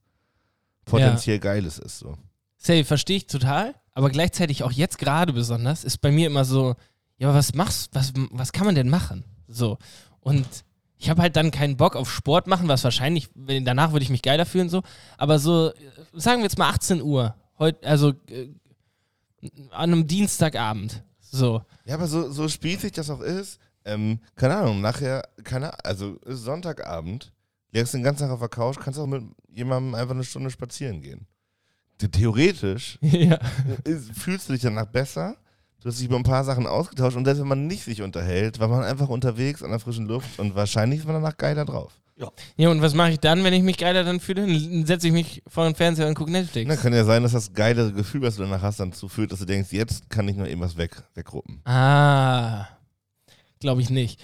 potenziell Geiles ist. So. Safe, verstehe ich total. Aber gleichzeitig auch jetzt gerade besonders ist bei mir immer so, ja, aber was machst, was, was kann man denn machen? So. Und ich habe halt dann keinen Bock auf Sport machen, was wahrscheinlich, wenn, danach würde ich mich geiler fühlen, so. Aber so, äh, sagen wir jetzt mal 18 Uhr, heut, also äh, an einem Dienstagabend. So. Ja, aber so, so spießig das auch ist, ähm, keine Ahnung, nachher, keine Ah- also ist Sonntagabend, legst den ganzen Tag auf der Couch, kannst auch mit jemandem einfach eine Stunde spazieren gehen. The- Theoretisch ja. ist, fühlst du dich danach besser. Du hast dich über ein paar Sachen ausgetauscht und selbst wenn man nicht sich unterhält, war man einfach unterwegs an der frischen Luft und wahrscheinlich ist man danach geiler drauf. Ja, und was mache ich dann, wenn ich mich geiler dann fühle? Dann setze ich mich vor den Fernseher und gucke Netflix. Na, kann ja sein, dass das geile Gefühl, was du danach hast, dazu führt, dass du denkst, jetzt kann ich noch irgendwas weg, wegruppen. Ah, glaube ich nicht.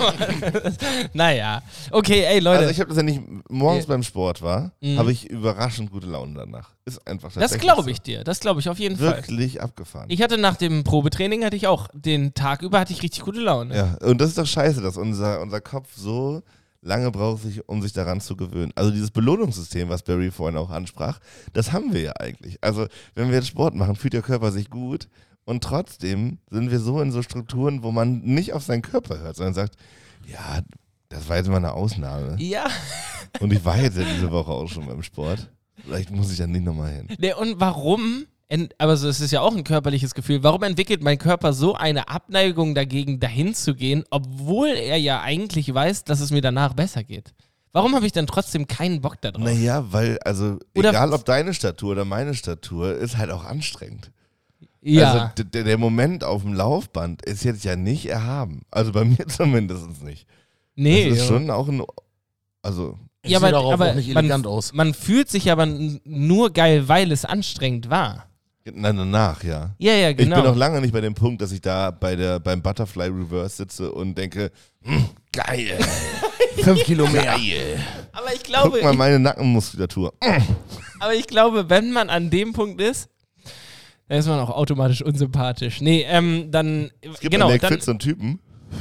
naja, okay, ey Leute, Also ich habe das ja nicht morgens Ja. beim Sport war, Mhm. habe ich überraschend gute Laune danach. Ist einfach das tatsächlich glaube ich dir, das glaube ich auf jeden So. Fall. Wirklich abgefahren. Ich hatte nach dem Probetraining hatte ich auch den Tag über hatte ich richtig gute Laune. ja, und das ist doch scheiße, dass unser, unser Kopf so lange braucht, sich, um sich daran zu gewöhnen. Also dieses Belohnungssystem, was Barry vorhin auch ansprach, das haben wir ja eigentlich. Also wenn wir jetzt Sport machen, fühlt der Körper sich gut und trotzdem sind wir so in so Strukturen, wo man nicht auf seinen Körper hört, sondern sagt, ja, das war jetzt mal eine Ausnahme. Ja. Und ich war jetzt ja diese Woche auch schon beim Sport. Vielleicht muss ich dann nicht nochmal hin. Ne, und warum? ent- Aber so, es ist ja auch ein körperliches Gefühl. Warum entwickelt mein Körper so eine Abneigung dagegen, dahin zu gehen, obwohl er ja eigentlich weiß, dass es mir danach besser geht? Warum habe ich dann trotzdem keinen Bock darauf? Naja, weil, also, Oh. Oder- egal ob deine Statur oder meine Statur, ist halt auch anstrengend. ja. Also, d- d- der Moment auf dem Laufband ist jetzt ja nicht erhaben. Also bei mir zumindest nicht. Das nee. ist schon auch ein. Also, Ich Ja, sehe aber- darauf aber auch nicht man- elegant aus. Man fühlt sich aber n- nur geil, weil es anstrengend war. na, danach, ja. Ja, ja, Ich bin genau. noch lange nicht bei dem Punkt, dass ich da bei der, beim Butterfly Reverse sitze und denke, "Hm, geil, Fünf Kilo mehr. geil. aber ich Guck glaube, mal meine Nackenmuskulatur. ich, aber ich glaube, wenn man an dem Punkt ist, dann ist man auch automatisch unsympathisch. Nee, ähm, dann Es gibt genau, bei dann, Netflix so einen Typen,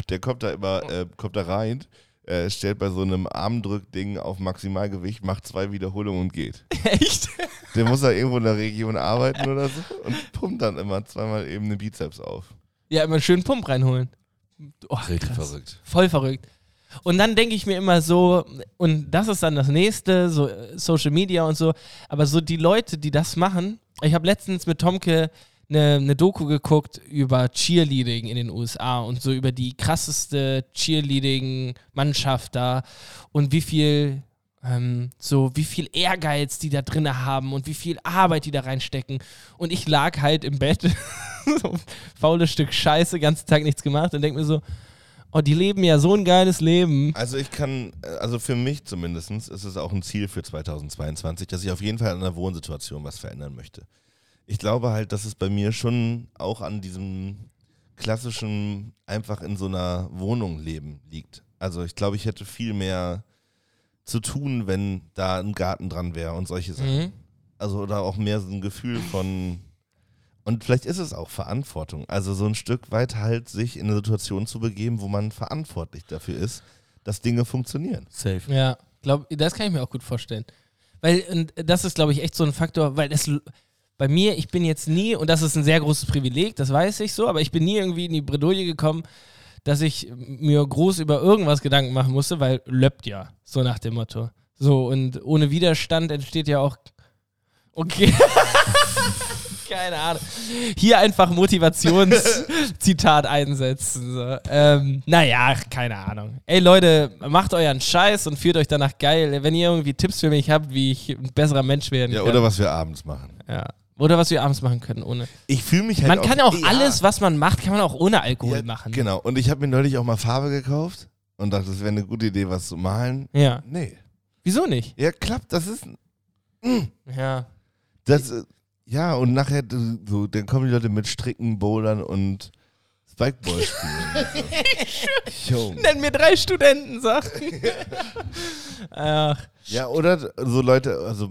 der kommt da immer, äh, kommt da rein, äh, stellt bei so einem Armdrückding auf Maximalgewicht, macht zwei Wiederholungen und geht. echt. Der muss da irgendwo in der Region arbeiten oder so und pumpt dann immer zweimal eben den Bizeps auf. Ja, immer schön Pump reinholen. Oh, krass. Voll verrückt. Und dann denke ich mir immer so, und das ist dann das nächste, so äh, Social Media und so, aber so die Leute, die das machen, ich habe letztens mit Tomke eine, eine Doku geguckt über Cheerleading in den USA und so über die krasseste Cheerleading-Mannschaft da und wie viel, ähm, so wie viel Ehrgeiz die da drin haben und wie viel Arbeit die da reinstecken. Und ich lag halt im Bett, so faules Stück Scheiße, ganzen Tag nichts gemacht und denke mir so, Oh, die leben ja so ein geiles Leben. Also ich kann, äh, also für mich zumindest ist es auch ein Ziel für 2022, dass ich auf jeden Fall an der Wohnsituation was verändern möchte. Ich glaube halt, dass es bei mir schon auch an diesem klassischen einfach in so einer Wohnung leben liegt. Also ich glaube, ich hätte viel mehr zu tun, wenn da ein Garten dran wäre und solche Sachen. Also oder auch mehr so ein Gefühl von Und vielleicht ist es auch Verantwortung. Also so ein Stück weit halt sich in eine Situation zu begeben, wo man verantwortlich dafür ist, dass Dinge funktionieren. Safe. Ja, glaub, das kann ich mir auch gut vorstellen. Weil und das ist, glaube ich, echt so ein Faktor, weil es bei mir, ich bin jetzt nie, und das ist ein sehr großes Privileg, das weiß ich so, aber ich bin nie irgendwie in die Bredouille gekommen, dass ich mir groß über irgendwas Gedanken machen musste, weil löppt ja, so nach dem Motto. So, und ohne Widerstand entsteht ja auch. Okay. Keine Ahnung. Hier einfach Motivationszitat einsetzen. So. Ähm, naja, keine Ahnung. Ey Leute, macht euren Scheiß und fühlt euch danach geil. Wenn ihr irgendwie Tipps für mich habt, wie ich ein besserer Mensch werden Ja, kann. oder was wir abends machen. Ja. Oder was wir abends machen können ohne. Ich fühle mich halt Man kann auch Ja. alles, was man macht, kann man auch ohne Alkohol Ja, machen. Genau. Und ich habe mir neulich auch mal Farbe gekauft und dachte, das wäre eine gute Idee, was zu malen. Ja. Nee. Wieso nicht? Ja, klappt. Das ist. Ja. Das, äh, ja, und nachher, äh, so, dann kommen die Leute mit Stricken, Bouldern und Spikeball spielen. Junge. Nenn mir drei Studenten, sag. Ach. Ja, oder so Leute, also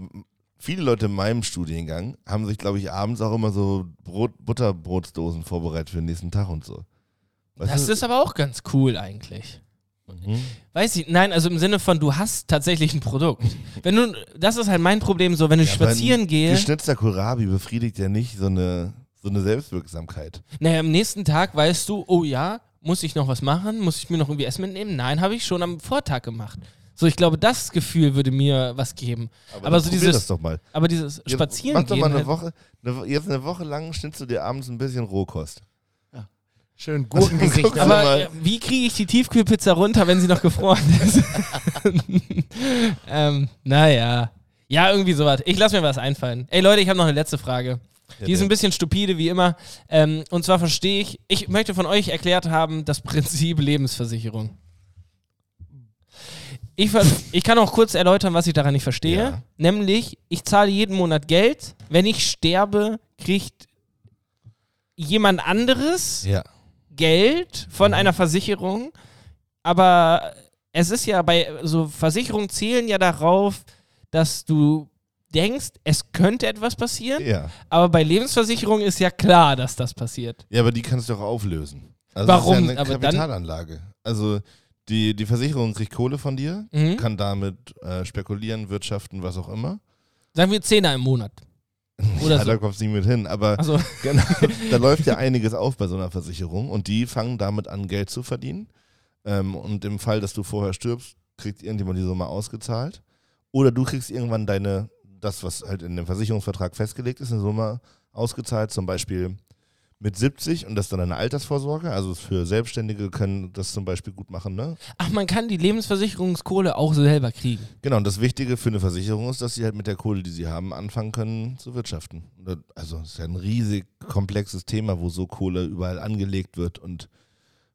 viele Leute in meinem Studiengang haben sich, glaube ich, abends auch immer so Brot, Butterbrotdosen vorbereitet für den nächsten Tag und so. Weißt Das du? ist aber auch ganz cool eigentlich. Mhm. Weiß ich, nein, also im Sinne von, du hast tatsächlich ein Produkt. Wenn du, das ist halt mein Problem, so, wenn ich Ja, aber spazieren ein gehe, Geschnitzter Kohlrabi befriedigt ja nicht so eine, so eine Selbstwirksamkeit. naja, am nächsten Tag weißt du, oh ja, muss ich noch was machen? Muss ich mir noch irgendwie Essen mitnehmen? Nein, habe ich schon am Vortag gemacht. So, ich glaube, das Gefühl würde mir was geben. Aber, dann so probier das dieses, doch mal. aber dieses Jetzt Spazieren Mach doch gehen. mal eine halt- Woche, eine, Wo- jetzt eine Woche lang schnitzt du dir abends ein bisschen Rohkost. Schön Gurkengesicht. Guckst du aber mal. äh, wie kriege ich die Tiefkühlpizza runter, wenn sie noch gefroren ist? ähm, naja. Ja, irgendwie sowas. Ich lasse mir was einfallen. Ey Leute, ich habe noch eine letzte Frage. Die ist ein bisschen stupide, wie immer. Ähm, und zwar verstehe ich, ich möchte von euch erklärt haben, das Prinzip Lebensversicherung. Ich, ver ich kann auch kurz erläutern, was ich daran nicht verstehe. Ja. Nämlich, ich zahle jeden Monat Geld. Wenn ich sterbe, kriegt jemand anderes Ja. Geld von Mhm. einer Versicherung, aber es ist ja bei so Versicherungen zählen ja darauf, dass du denkst, es könnte etwas passieren, ja. aber bei Lebensversicherungen ist ja klar, dass das passiert. Ja, aber die kannst du doch auflösen. Also Das Warum? ist ja eine Aber dann- Kapitalanlage. Also die, die Versicherung kriegt Kohle von dir, Mhm. kann damit äh, spekulieren, wirtschaften, was auch immer. Sagen wir Zehner im Monat. Oder ja, so. Da kommst du nicht mit hin. Aber Also, genau, da läuft ja einiges auf bei so einer Versicherung und die fangen damit an, Geld zu verdienen. Ähm, und im Fall, dass du vorher stirbst, kriegt irgendjemand die Summe ausgezahlt. Oder du kriegst irgendwann deine, das, was halt in dem Versicherungsvertrag festgelegt ist, eine Summe ausgezahlt, zum Beispiel mit 70 und das ist dann eine Altersvorsorge. Also für Selbstständige können das zum Beispiel gut machen. Ne? ach, man kann die Lebensversicherungskohle auch selber kriegen. Genau, und das Wichtige für eine Versicherung ist, dass sie halt mit der Kohle, die sie haben, anfangen können zu wirtschaften. Oder- Also es ist ja ein riesig komplexes Thema, wo so Kohle überall angelegt wird und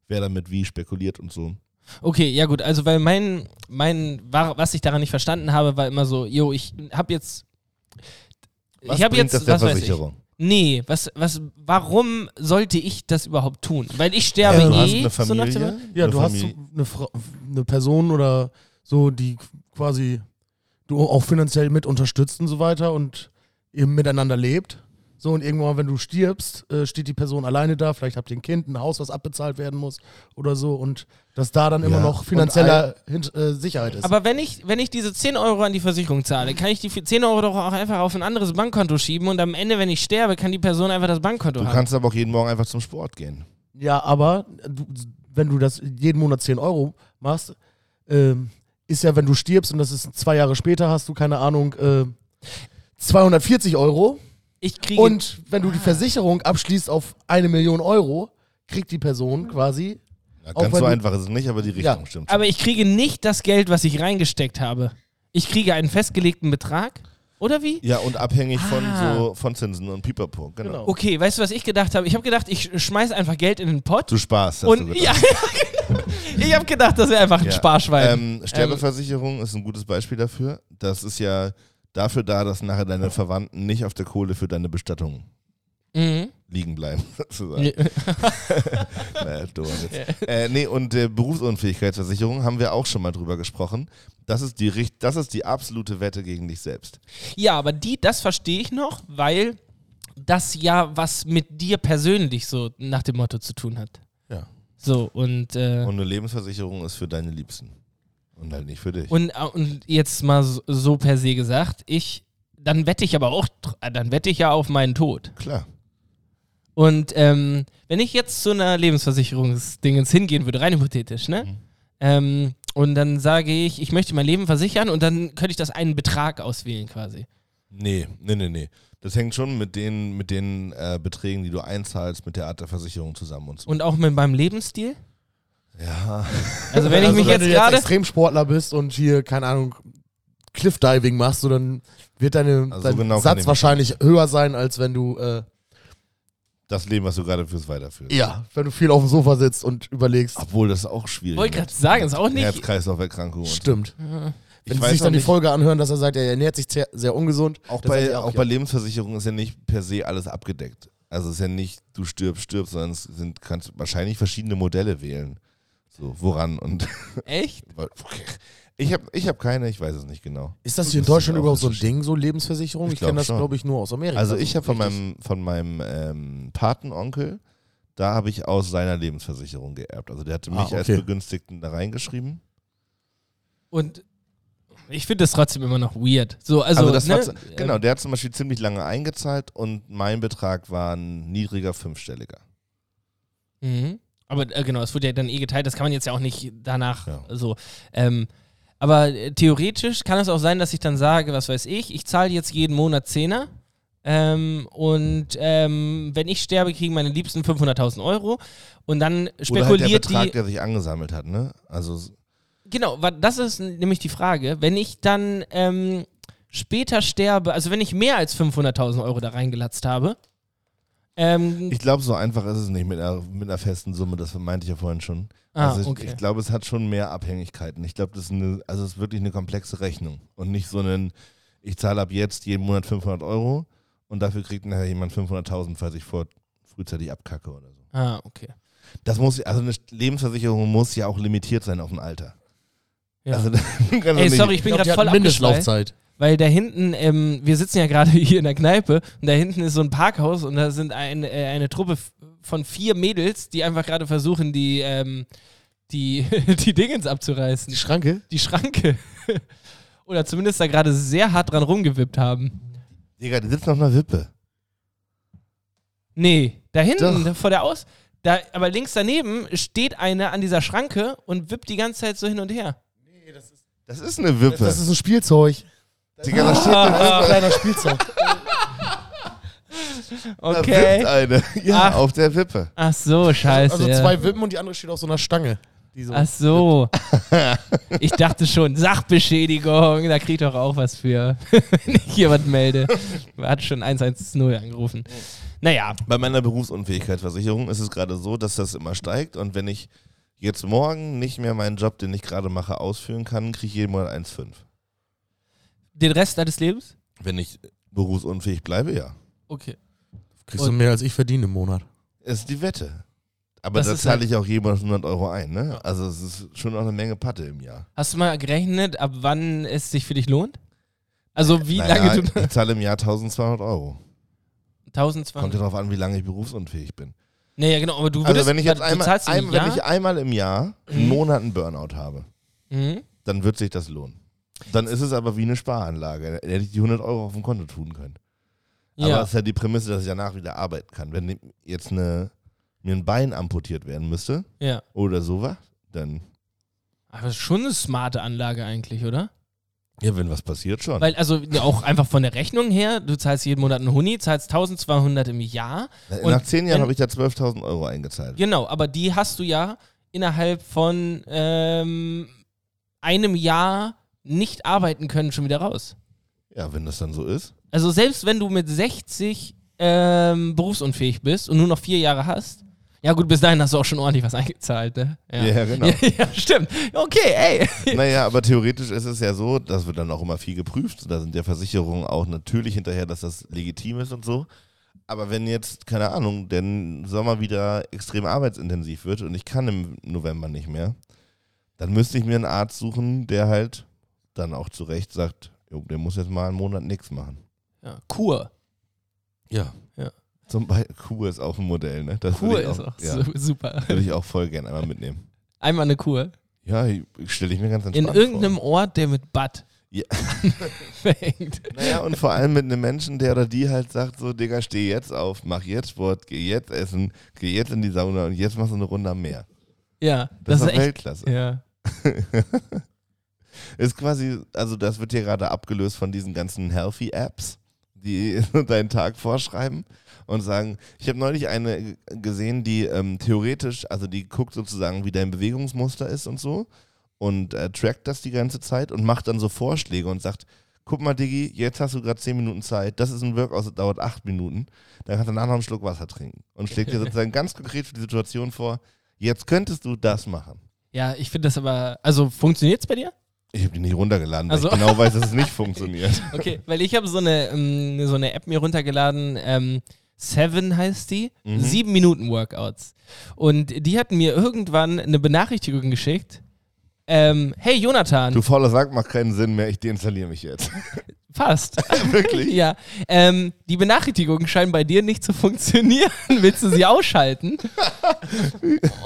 wer damit wie spekuliert und so. Okay, ja gut, also weil mein, mein, war- was ich daran nicht verstanden habe, war immer so, yo, ich habe jetzt, Was ich habe bringt jetzt, das der was weiß ich. Versicherung? Nee, was, was, warum sollte ich das überhaupt tun? Weil ich sterbe du hast eh. eine so nach dem- Familie. Ja, eine du hast so Familie. eine, Fra- eine Person oder so, die quasi du auch finanziell mit unterstützt und so weiter und eben miteinander lebt. So, und irgendwann, wenn du stirbst, äh, steht die Person alleine da. Vielleicht habt ihr ein Kind, ein Haus, was abbezahlt werden muss oder so. Und dass da dann immer Ja. noch finanzielle Hin- äh, Sicherheit ist. Aber wenn ich, wenn ich diese 10 Euro an die Versicherung zahle, kann ich die 10 Euro doch auch einfach auf ein anderes Bankkonto schieben und am Ende, wenn ich sterbe, kann die Person einfach das Bankkonto Du haben. kannst aber auch jeden Morgen einfach zum Sport gehen. Ja, aber du, wenn du das jeden Monat 10 Euro machst, ähm, ist ja, wenn du stirbst und das ist zwei Jahre später, hast du, keine Ahnung, äh, 240 Euro. Ich kriege Und wenn Ah. du die Versicherung abschließt auf eine Million Euro, kriegt die Mhm. Person quasi. Na, Auch ganz wenn so du- einfach ist es nicht, aber die Richtung Ja. stimmt. aber ich kriege nicht das Geld, was ich reingesteckt habe. Ich kriege einen festgelegten Betrag. Oder wie? ja, und abhängig Ah. von, so, von Zinsen und Pipapo. Genau. Genau. Okay, weißt du, was ich gedacht habe? Ich habe gedacht, ich schmeiß einfach Geld in den Pott. Zu Spaß. hast du Und gedacht. ja, ich habe gedacht, das wäre einfach ein Ja. Sparschwein. Ähm, Sterbeversicherung ist ein gutes Beispiel dafür. Das ist ja dafür da, dass nachher deine Verwandten nicht auf der Kohle für deine Bestattung Mhm. liegen bleiben, sozusagen. naja, doof jetzt. Äh, nee, und äh, Berufsunfähigkeitsversicherung haben wir auch schon mal drüber gesprochen. Das ist die, richt- das ist die absolute Wette gegen dich selbst. Ja, aber die, das verstehe ich noch, weil das ja was mit dir persönlich so nach dem Motto zu tun hat. Ja. So, und, äh, und, Und eine Lebensversicherung ist für deine Liebsten. Und halt nicht für dich. und, äh, und jetzt mal so, so per se gesagt, ich, dann wette ich aber auch, dr- äh, dann wette ich ja auf meinen Tod. Klar. Und ähm, wenn ich jetzt zu einer Lebensversicherungsdingens hingehen würde, rein hypothetisch, ne? Mhm. Ähm, und dann sage ich, ich möchte mein Leben versichern und dann könnte ich das einen Betrag auswählen quasi. Nee, nee, nee, nee. Das hängt schon mit den, mit den äh, Beträgen, die du einzahlst, mit der Art der Versicherung zusammen und so. Und auch mit meinem Lebensstil. Ja. Also wenn ich Also, mich wenn jetzt du jetzt gerade Extremsportler bist und hier, keine Ahnung, Cliffdiving machst, so, dann wird deine, Also dein genau kann ich Satz mich wahrscheinlich höher sein, als wenn du, äh, Das Leben, was du gerade fürs weiterführst. ja, wenn du viel auf dem Sofa sitzt und überlegst. Obwohl das ist auch schwierig ne? Wollte gerade sagen, ist auch nicht- Herz-Kreislauf-Erkrankung. und- Stimmt. Ich Wenn sie weiß sich auch dann die nicht, Folge anhören, dass er sagt, er ernährt sich sehr, sehr ungesund. auch, dann sagen bei, die auch bei Lebensversicherung ist ja nicht per se alles abgedeckt. Also es ist ja nicht, du stirbst, stirbst, sondern es sind, kannst wahrscheinlich verschiedene Modelle wählen. So, woran und. echt Ich habe ich hab keine, ich weiß es nicht genau. Ist das hier in Das ist Deutschland auch überhaupt so ein richtig. Ding, so Lebensversicherung? Ich, Ich glaub kenne das, schon. glaube ich, nur aus Amerika. Also ich habe von richtig. meinem, von meinem ähm, Patenonkel, da habe ich aus seiner Lebensversicherung geerbt. Also der hatte mich Ah, als okay. Begünstigten da reingeschrieben. Und ich finde das trotzdem immer noch weird. So, also, also das ne? war, zu- genau, der hat zum Beispiel ziemlich lange eingezahlt und mein Betrag war ein niedriger fünfstelliger. Mhm. Aber äh, genau, es wurde ja dann eh geteilt, das kann man jetzt ja auch nicht danach Ja. so. Ähm, aber äh, theoretisch kann es auch sein, dass ich dann sage, was weiß ich, ich zahle jetzt jeden Monat Zehner ähm, und ähm, wenn ich sterbe, kriegen meine Liebsten 500.000 Euro und dann Oder halt der spekuliert Betrag, die... der sich angesammelt hat, ne? Also s- Genau, wa- das ist n- nämlich die Frage, wenn ich dann ähm, später sterbe, also wenn ich mehr als 500.000 Euro da reingelatzt habe, ähm, ich glaube, so einfach ist es nicht mit einer, mit einer festen Summe, das meinte ich ja vorhin schon. Ah, also ich, okay. ich glaube, es hat schon mehr Abhängigkeiten. Ich glaube, das ist eine, also es ist wirklich eine komplexe Rechnung und nicht so einen, ich zahle ab jetzt jeden Monat 500 Euro und dafür kriegt nachher jemand 500.000, falls ich vor, frühzeitig abkacke oder so. ah, okay. Das muss, also eine Lebensversicherung muss ja auch limitiert sein auf ein Alter. Ja. Also, du kannst doch Ey, nicht- sorry, ich bin glaub, die gerade hat voll eine abgeschweift. Mindestlaufzeit. Weil da hinten, ähm, wir sitzen ja gerade hier in der Kneipe und da hinten ist so ein Parkhaus und da sind ein, äh, eine Truppe f- von vier Mädels, die einfach gerade versuchen, die, ähm, die, die Dingens abzureißen. Die Schranke? Die Schranke. Oder zumindest da gerade sehr hart dran rumgewippt haben. Digga, die sitzt auf einer Wippe. Nee, da hinten, Doch. da vor der Aus. Da, aber links daneben steht eine an dieser Schranke und wippt die ganze Zeit so hin und her. Das ist eine Wippe. Das ist ein Spielzeug. Digga, da steht eine Ah, Ein kleiner Spielzeug. da wippt ah, Okay. eine. Ja, Ach. auf der Wippe. Ach so, scheiße. Also zwei Wippen und die andere steht auf so einer Stange. Die so- Ach so. Ich dachte schon, Sachbeschädigung, da kriegt doch auch was für, wenn ich hier was melde. Hat schon 110 angerufen. Naja, Bei meiner Berufsunfähigkeitsversicherung ist es gerade so, dass das immer steigt und wenn ich jetzt morgen nicht mehr meinen Job, den ich gerade mache, ausführen kann, kriege ich jeden Monat 1,5. den Rest deines Lebens? Wenn ich berufsunfähig bleibe, ja. Okay. Kriegst du mehr, als ich verdiene im Monat. Ist die Wette. Aber Das da ist zahle halt- ich auch jeden Monat 100 Euro ein, ne? Also es ist schon auch eine Menge Patte im Jahr. Hast du mal gerechnet, ab wann es sich für dich lohnt? Also wie Naja, lange du... ich zahle im Jahr 1200 Euro. Kommt ja 1200. darauf an, wie lange ich berufsunfähig bin. Naja, genau, aber du würdest... Also wenn ich jetzt du Mhm. einmal, zahlst im ein, Jahr, wenn ich einmal im Jahr einen Monat einen Burnout habe, Mhm. dann wird sich das lohnen. Dann ist es aber wie eine Sparanlage. Da hätte ich die 100 Euro auf dem Konto tun können. Aber Ja. das ist ja die Prämisse, dass ich danach wieder arbeiten kann. Wenn jetzt eine, mir ein Bein amputiert werden müsste ja. oder sowas, dann, Aber das ist schon eine smarte Anlage eigentlich, oder? ja, wenn was passiert schon. Weil, also ja, auch einfach von der Rechnung her, du zahlst jeden Monat einen Huni, zahlst 1200 im Jahr. Nach und zehn Jahren wenn- habe ich da 12.000 Euro eingezahlt. Genau, aber die hast du ja innerhalb von ähm, einem Jahr nicht arbeiten können, schon wieder raus. Ja, wenn das dann so ist. Also selbst wenn du mit 60 ähm, berufsunfähig bist und nur noch vier Jahre hast, ja gut, bis dahin hast du auch schon ordentlich was eingezahlt, ne? Ja, genau. Ja, ja, stimmt. Okay, ey. Naja, aber theoretisch ist es ja so, das wird dann auch immer viel geprüft. Da sind ja Versicherungen auch natürlich hinterher, dass das legitim ist und so. Aber wenn jetzt, keine Ahnung, der Sommer wieder extrem arbeitsintensiv wird und ich kann im November nicht mehr, dann müsste ich mir einen Arzt suchen, der halt dann auch zu Recht sagt, jo, der muss jetzt mal einen Monat nichts machen. Ja, Kur. Ja. Zum Beispiel, Kuh ist auch ein Modell, ne? Das Kur würde ich ist auch ja, so, super. Würde ich auch voll gerne einmal mitnehmen. Einmal eine Kur. Ja, stelle ich mir ganz In entspannt irgendeinem vor. Ort, der mit Bad Ja. fängt. Naja, und vor allem mit einem Menschen, der oder die halt sagt so, Digga, steh jetzt auf, mach jetzt Sport, geh jetzt essen, geh jetzt in die Sauna und jetzt machst du eine Runde am Meer. Ja, Das, das, ist war echt. Weltklasse. Ja. Ist quasi, also das wird hier gerade abgelöst von diesen ganzen Healthy-Apps, die deinen Tag vorschreiben und sagen, ich habe neulich eine g- gesehen, die ähm, theoretisch, also die guckt sozusagen, wie dein Bewegungsmuster ist und so und äh, trackt das die ganze Zeit und macht dann so Vorschläge und sagt, guck mal Diggi, jetzt hast du gerade 10 Minuten Zeit, das ist ein Workout, das dauert 8 Minuten, dann kannst du danach noch einen Schluck Wasser trinken und schlägt dir sozusagen ganz konkret für die Situation vor, jetzt könntest du das machen. Ja, ich finde das aber. Also funktioniert es bei dir? Ich habe die nicht runtergeladen, weil Also- ich genau weiß, dass es nicht funktioniert. Okay, weil ich habe so eine ähm, so eine App mir runtergeladen. Ähm, Seven heißt die. Mhm. Sieben Minuten Workouts. Und die hatten mir irgendwann eine Benachrichtigung geschickt. Ähm, hey Jonathan, Du fauler Sack macht keinen Sinn mehr, ich deinstalliere mich jetzt. fast. Wirklich? ja. Ähm, die Benachrichtigungen scheinen bei dir nicht zu funktionieren. Willst du sie ausschalten?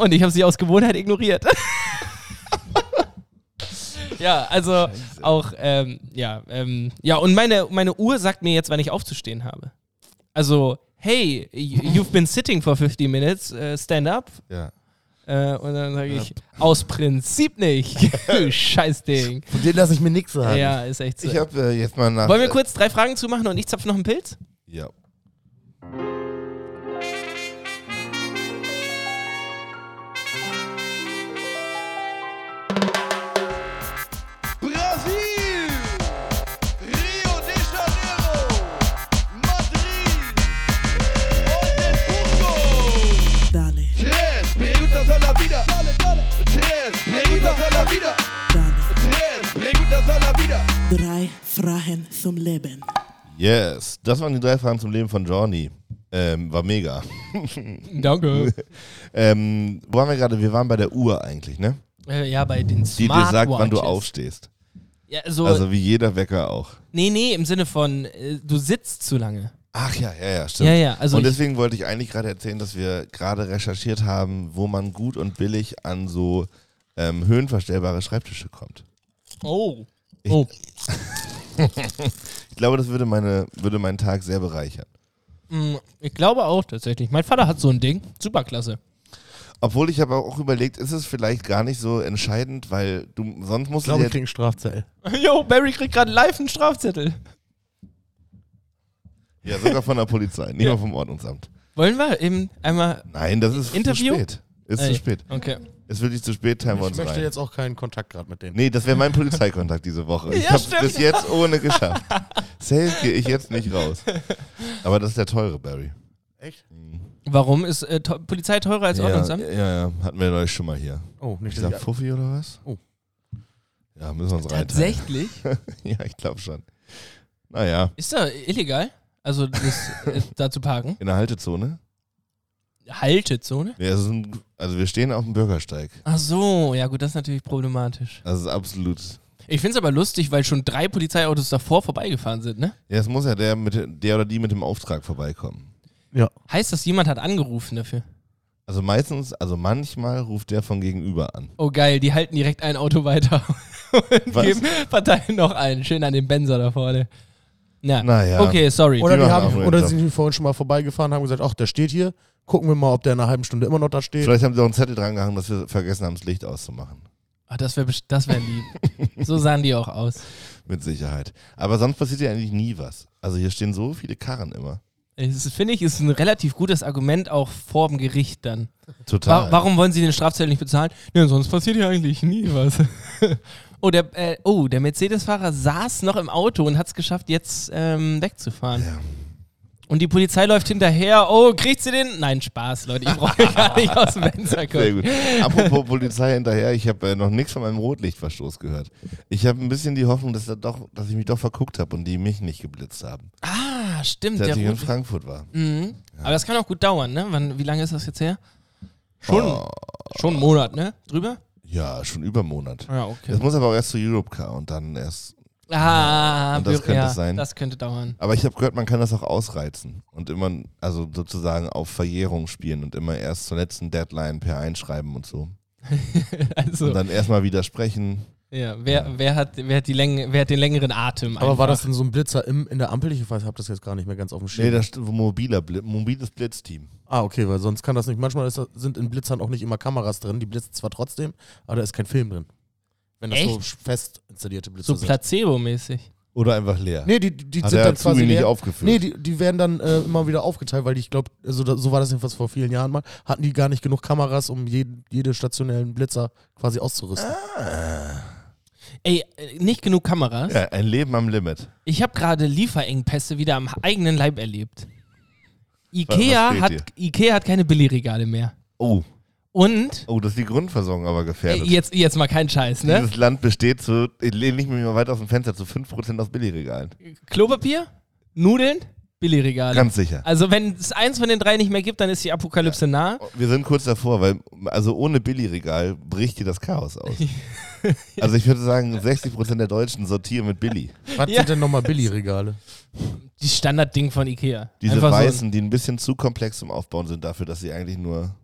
Und ich habe sie aus Gewohnheit ignoriert. ja, also auch, ähm, ja, ähm, ja, und meine, meine Uhr sagt mir jetzt, wann ich aufzustehen habe. Also, hey, y- you've been sitting for 50 minutes, äh, stand up. Ja. Äh, und dann sage ich, aus Prinzip nicht. Du Scheißding. Von denen lasse ich mir nichts sagen. Ja, ist echt so. Ich habe äh, jetzt mal nach. Wollen wir kurz drei Fragen zumachen und ich zapfe noch einen Pilz? Ja. Brasil, Rio de Janeiro, Madrid, Oldenburgo. dale, Tres preguntas a la vida, tres preguntas a la vida, dale. tres preguntas a la vida. Drei Fragen zum Leben. Yes. Das waren die drei Fragen zum Leben von Johnny. Ähm, war mega. Danke. Ähm, wo waren wir gerade? Wir waren bei der Uhr eigentlich, ne? äh, ja, bei den Die dir sagt, wann du Smartwatches. aufstehst. Ja, so, Also wie jeder Wecker auch. nee, nee, im Sinne von, äh, du sitzt zu lange. Ach ja, ja, ja, stimmt. Ja, ja, also und ich- deswegen wollte ich eigentlich gerade erzählen, dass wir gerade recherchiert haben, wo man gut und billig an so ähm, höhenverstellbare Schreibtische kommt. Oh. Oh, Ich glaube, das würde, meine, würde meinen Tag sehr bereichern. mm, ich glaube auch tatsächlich. Mein Vater hat so ein Ding. Superklasse. Obwohl ich habe auch überlegt, ist es vielleicht gar nicht so entscheidend, weil du sonst musst Ich du glaube, dir ich kriege einen Strafzettel. Jo, Barry kriegt gerade live einen Strafzettel. ja sogar von der Polizei, nicht mal vom Ordnungsamt. Wollen wir eben einmal. Nein, das ist Interview? zu spät. Ist Ey, zu spät. Okay. Ist wirklich zu spät, teilen wir Äh, Ich uns möchte rein. jetzt auch keinen Kontakt gerade mit denen. nee, das wäre mein Polizeikontakt diese Woche. Ich Ja, hab's stimmt. bis jetzt ohne geschafft. Safe gehe ich jetzt nicht raus. Aber das ist der teure Barry. Mhm. Echt? Warum ist äh, teu- Polizei teurer als ja, äh, Ordnungsamt? ja, ja, hatten wir neulich schon mal hier. Oh, nicht Ich dass sag ich Fuffi oder was? Oh. Ja, müssen wir uns rein. Tatsächlich? Ja, ich glaube schon. Naja, Ist da illegal? Also, das, äh, da zu parken? in der Haltezone. Haltezone? Ja, es ist ein, also wir stehen auf dem Bürgersteig. Ach so, ja gut, das ist natürlich problematisch. Das ist absolut. Ich finde es aber lustig, weil schon drei Polizeiautos davor vorbeigefahren sind, ne? Ja, es muss ja der, mit, der oder die mit dem Auftrag vorbeikommen. Heißt das, jemand hat angerufen dafür? Also meistens, also manchmal ruft der von gegenüber an. Oh geil, die halten direkt ein Auto weiter und Was? geben, verteilen noch einen. Schön an den Benzer da vorne. Na, Naja. Okay, sorry. Oder, Die die machen auch haben, ihren oder Job. sie sind vorhin schon mal vorbeigefahren haben gesagt, ach, der steht hier. Gucken wir mal, ob der in einer halben Stunde immer noch da steht. Vielleicht haben sie auch einen Zettel dran gehangen, dass wir vergessen haben, das Licht auszumachen. Ach, Ah, das wäre das wär lieb. so sahen die auch aus. Mit Sicherheit. Aber sonst passiert ja eigentlich nie was. Also hier stehen so viele Karren immer. Das finde ich, ist ein relativ gutes Argument auch vor dem Gericht dann. Total. Wa warum wollen sie den Strafzettel nicht bezahlen? Ja, sonst passiert ja eigentlich nie was. oh, der, äh, oh, der Mercedes-Fahrer saß noch im Auto und hat es geschafft, jetzt ähm, wegzufahren. Ja. Und die Polizei läuft hinterher. Oh, kriegt sie den? Nein, Spaß, Leute. Ich brauche gar nicht aus dem Fenster Sehr gucken. gut. Apropos Polizei hinterher, ich habe äh, noch nichts von meinem Rotlichtverstoß gehört. Ich habe ein bisschen die Hoffnung, dass, da doch, dass ich mich doch verguckt habe und die mich nicht geblitzt haben. Ah, stimmt. Der Seit ich in Rot Frankfurt war. mhm. Aber das kann auch gut dauern, ne? Wann, wie lange ist das jetzt her? Schon, Oh, schon einen Monat, ne? Drüber? ja, schon über einen Monat. Ja, okay. Das muss aber auch erst zu Europcar und dann erst Ah, Und das wir- könnte ja, es sein. Das könnte dauern. Aber ich habe gehört, man kann das auch ausreizen und immer, also sozusagen auf Verjährung spielen und immer erst zur letzten Deadline per Einschreiben und so. also, Und dann erstmal widersprechen. ja, wer, wer, hat, wer, hat die Länge, wer hat den längeren Atem? Aber war das einfach? denn so ein Blitzer im, in der Ampel? Ich weiß, hab das jetzt gar nicht mehr ganz auf dem Schirm. Nee, das st- mobiler, Bli- mobiles Blitzteam. ah, okay, weil sonst kann das nicht. Manchmal ist, das- sind in Blitzern auch nicht immer Kameras drin. Die blitzen zwar trotzdem, aber da ist kein Film drin. Wenn das so Echt? fest installierte Blitzer so sind. placebo-mäßig? Oder einfach leer. Nee, die, die Hat sind er dann zu quasi wenig leer. aufgefüllt. Nee, die, die werden dann äh, immer wieder aufgeteilt, weil ich glaube, also da, so war das jedenfalls vor vielen Jahren mal, hatten die gar nicht genug Kameras, um je, jede stationellen Blitzer quasi auszurüsten. Ah, Ey, äh, nicht genug Kameras. Ja, ein Leben am Limit. Ich habe gerade Lieferengpässe wieder am eigenen Leib erlebt. Ikea fehlt hat, dir? Ikea hat keine Billigregale mehr. Oh, Und, oh, das ist die Grundversorgung aber äh, gefährdet. jetzt, jetzt mal kein Scheiß, ne? Dieses Land besteht zu, ich lehne mich mal weit aus dem Fenster, zu 5% aus Billigregalen. Klopapier, Nudeln, Billigregale. Ganz sicher. also wenn es eins von den drei nicht mehr gibt, dann ist die Apokalypse nah. Wir sind kurz davor, weil also ohne Billy-Regal bricht hier das Chaos aus. Also ich würde sagen, 60% der Deutschen sortieren mit Billy. Was Ja. sind denn nochmal Billigregale? Die Standardding von Ikea. Diese Einfach so ein- Weißen, die ein bisschen zu komplex zum Aufbauen sind dafür, dass sie eigentlich nur...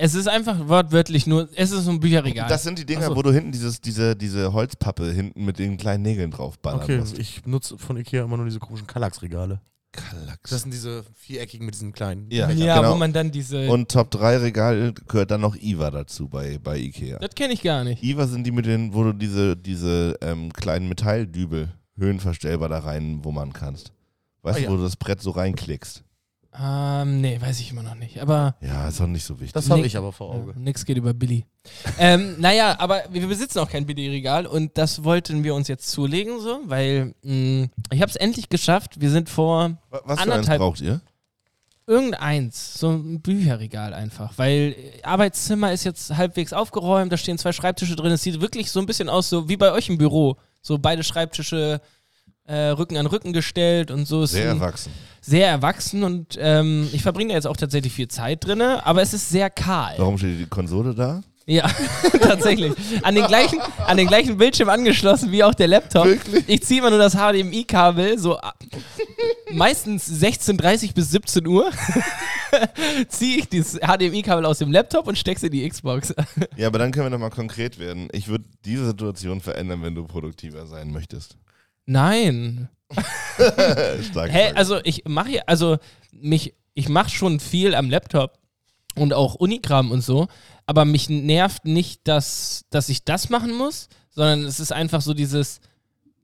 Es ist einfach wortwörtlich nur, es ist so ein Bücherregal. Das sind die Dinger, Ach so. wo du hinten dieses, diese, diese Holzpappe hinten mit den kleinen Nägeln draufballern Okay, musst. ich nutze von Ikea immer nur diese komischen Kallax-Regale. Das Kallax. sind diese viereckigen mit diesen kleinen. Ja. ja, genau. wo man dann diese. Und Top 3 Regal gehört dann noch Iva dazu bei, bei Ikea. das kenne ich gar nicht. Iva sind die mit den, wo du diese, diese ähm, kleinen Metalldübel höhenverstellbar da rein wummern kannst. Weißt Ah, du, ja. wo du das Brett so reinklickst? Ähm, nee, weiß ich immer noch nicht. Aber Ja, ist doch nicht so wichtig. Das habe Nee. ich aber vor Auge. Nix geht über Billy. ähm, naja, aber wir besitzen auch kein Billy-Regal und das wollten wir uns jetzt zulegen, so, weil mh, ich habe es endlich geschafft. Wir sind vor Wa- Was für eins Anderthalb- braucht ihr? irgendeins, so ein Bücherregal einfach, weil äh, Arbeitszimmer ist jetzt halbwegs aufgeräumt, da stehen zwei Schreibtische drin. Es sieht wirklich so ein bisschen aus, so wie bei euch im Büro. So beide Schreibtische äh, Rücken an Rücken gestellt und so. Es Sehr sind- erwachsen. sehr erwachsen und ähm, ich verbringe da jetzt auch tatsächlich viel Zeit drin, aber es ist sehr kahl. Warum steht die Konsole da? Ja, tatsächlich. An den, gleichen, an den gleichen Bildschirm angeschlossen wie auch der Laptop. Wirklich? Ich ziehe immer nur das HDMI-Kabel, so ab- meistens 16.30 bis 17 Uhr, ziehe ich dieses HDMI-Kabel aus dem Laptop und stecke in die Xbox. Ja, aber dann können wir nochmal konkret werden. Ich würde diese Situation verändern, wenn du produktiver sein möchtest. Nein. Stark. Hä, also ich mache ja, also mich, ich mache schon viel am Laptop und auch Unikram und so, aber mich nervt nicht, dass, dass ich das machen muss, sondern es ist einfach so dieses,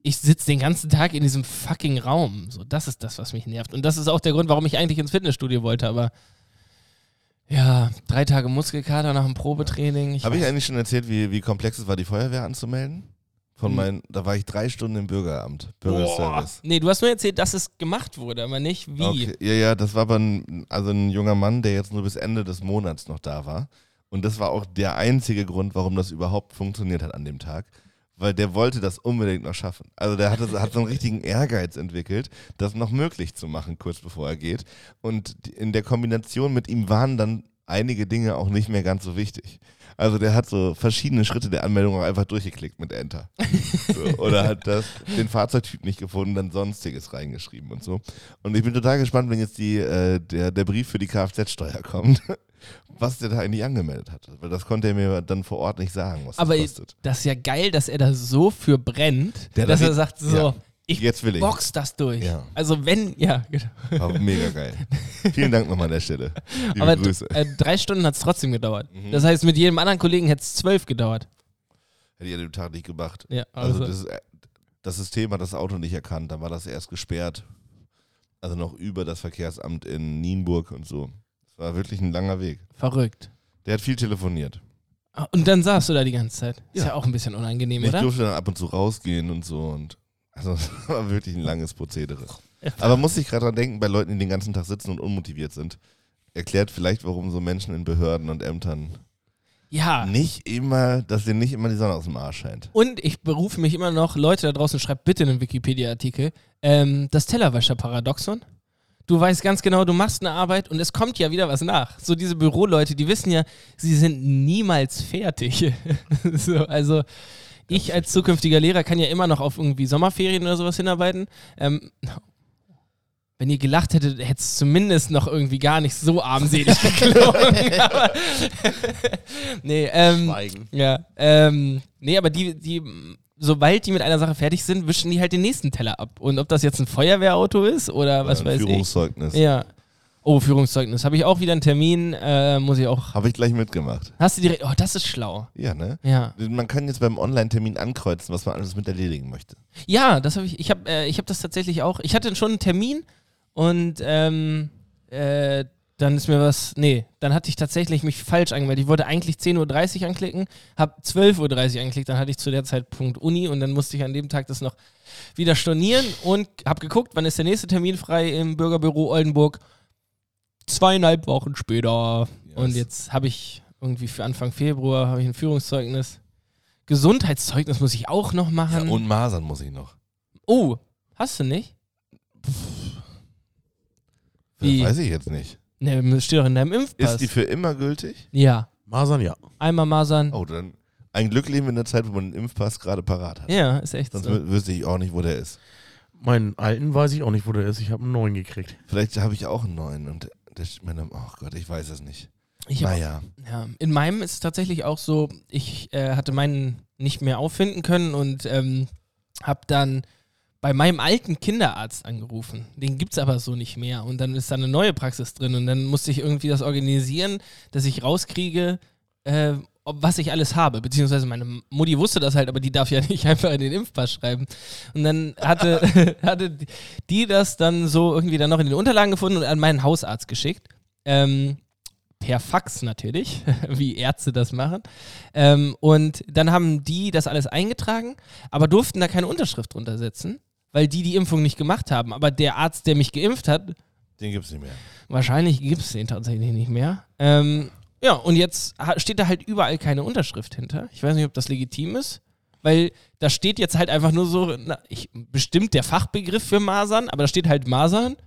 ich sitze den ganzen Tag in diesem fucking Raum. So, das ist das, was mich nervt. Und das ist auch der Grund, warum ich eigentlich ins Fitnessstudio wollte, aber ja, drei Tage Muskelkater nach dem Probetraining. Ich Habe ich weiß- eigentlich schon erzählt, wie, wie komplex es war, die Feuerwehr anzumelden? Von meinen, da war ich drei Stunden im Bürgeramt, Boah. Bürgerservice. Nee, du hast nur erzählt, dass es gemacht wurde, aber nicht wie. Okay. Ja, ja, das war aber ein, also ein junger Mann, der jetzt nur bis Ende des Monats noch da war. Und das war auch der einzige Grund, warum das überhaupt funktioniert hat an dem Tag. Weil der wollte das unbedingt noch schaffen. Also der hatte, hat so einen richtigen Ehrgeiz entwickelt, das noch möglich zu machen, kurz bevor er geht. Und die- in der Kombination mit ihm waren dann einige Dinge auch nicht mehr ganz so wichtig. Also der hat so verschiedene Schritte der Anmeldung auch einfach durchgeklickt mit Enter. So, oder hat das den Fahrzeugtyp nicht gefunden, dann sonstiges reingeschrieben und so. Und ich bin total gespannt, wenn jetzt die, äh, der, der Brief für die Kfz-Steuer kommt, was der da eigentlich angemeldet hat. Weil das konnte er mir dann vor Ort nicht sagen, was Aber das kostet. das ist ja geil, dass er da so für brennt, Der dass da er die- sagt, so, ja. ich Jetzt will ich. box das durch. Ja. Also wenn, ja, genau. War mega geil. Vielen Dank nochmal an der Stelle. Liebe Aber d- Grüße. Mhm. äh, drei Stunden hat es trotzdem gedauert. Das heißt, mit jedem anderen Kollegen hätte es zwölf gedauert. Hätte ich an dem Tag nicht gemacht. Ja, Also, also, das, ist, äh, das System hat das Auto nicht erkannt, dann war das erst gesperrt. Also noch über das Verkehrsamt in Nienburg und so. Es war wirklich ein langer Weg. verrückt. Der hat viel telefoniert. Ah, Und dann saß du da die ganze Zeit. Ist ja, Ja. auch ein bisschen unangenehm, Ich oder? durfte dann ab und zu rausgehen und so und also es war wirklich ein langes Prozedere. Aber muss ich gerade dran denken, bei Leuten, die den ganzen Tag sitzen und unmotiviert sind, erklärt vielleicht, warum so Menschen in Behörden und Ämtern Ja. nicht immer, dass denen nicht immer die Sonne aus dem Arsch scheint. Und ich berufe mich immer noch, Leute da draußen, schreibt bitte einen Wikipedia-Artikel, ähm, das Tellerwäscher-Paradoxon. Du weißt ganz genau, du machst eine Arbeit und es kommt ja wieder was nach. So diese Büroleute, die wissen ja, sie sind niemals fertig. so, also ich als zukünftiger Lehrer kann ja immer noch auf irgendwie Sommerferien oder sowas hinarbeiten. Ähm, wenn ihr gelacht hättet, hätte es zumindest noch irgendwie gar nicht so armselig geklungen. aber, nee, ähm, Schweigen. ja, ähm, nee, aber die, die, sobald die mit einer Sache fertig sind, wischen die halt den nächsten Teller ab. Und ob das jetzt ein Feuerwehrauto ist oder was Ein weiß ich. Führungszeugnis. Ja. Oh, Führungszeugnis. Habe ich auch wieder einen Termin, äh, muss ich auch. Habe ich gleich mitgemacht. Hast du direkt. Oh, das ist schlau. Ja, ne? Ja. Man kann jetzt beim Online-Termin ankreuzen, was man alles mit erledigen möchte. Ja, das habe ich. Ich habe äh, ich hab das tatsächlich auch. Ich hatte schon einen Termin und ähm, äh, dann ist mir was. Nee, dann hatte ich tatsächlich mich falsch angemeldet. Ich wollte eigentlich 10.30 Uhr anklicken, habe 12.30 Uhr angeklickt, dann hatte ich zu der Zeit Punkt Uni und dann musste ich an dem Tag das noch wieder stornieren und habe geguckt, wann ist der nächste Termin frei im Bürgerbüro Oldenburg. Zweieinhalb Wochen später. Und jetzt habe ich irgendwie für Anfang Februar habe ich ein Führungszeugnis. Gesundheitszeugnis muss ich auch noch Ja, machen. und Masern muss ich noch. Oh, hast du nicht? Wie? Weiß ich jetzt nicht. Ne, das steht doch in deinem Ist Impfpass. die für immer gültig? ja, Masern, ja. einmal Masern. Oh, dann ein Glück leben wir in der Zeit, wo man einen Impfpass gerade parat hat. Ja, ist echt Sonst so. wü- wüsste ich auch nicht, wo der ist. Meinen alten weiß ich auch nicht, wo der ist. Ich habe einen neuen gekriegt. Vielleicht habe ich auch einen neuen und der steht mir dann, oh Gott, ich weiß es nicht. Ich hab, Naja, ja. In meinem ist es tatsächlich auch so, ich äh, hatte meinen nicht mehr auffinden können und ähm, habe dann bei meinem alten Kinderarzt angerufen. Den gibt es aber so nicht mehr. Und dann ist da eine neue Praxis drin. Und dann musste ich irgendwie das organisieren, dass ich rauskriege, äh, ob, was ich alles habe. Beziehungsweise meine Mutti wusste das halt, aber die darf ja nicht einfach in den Impfpass schreiben. Und dann hatte, hatte die das dann so irgendwie dann noch in den Unterlagen gefunden und an meinen Hausarzt geschickt. Ähm, per Fax natürlich, wie Ärzte das machen. Ähm, und dann haben die das alles eingetragen, aber durften da keine Unterschrift drunter setzen, weil die die Impfung nicht gemacht haben. Aber der Arzt, der mich geimpft hat, den gibt es nicht mehr. wahrscheinlich gibt es den tatsächlich nicht mehr. Ähm, ja, und jetzt ha- steht da halt überall keine Unterschrift hinter. Ich weiß nicht, ob das legitim ist. Weil da steht jetzt halt einfach nur so, na, ich, bestimmt der Fachbegriff für Masern, aber da steht halt Masern.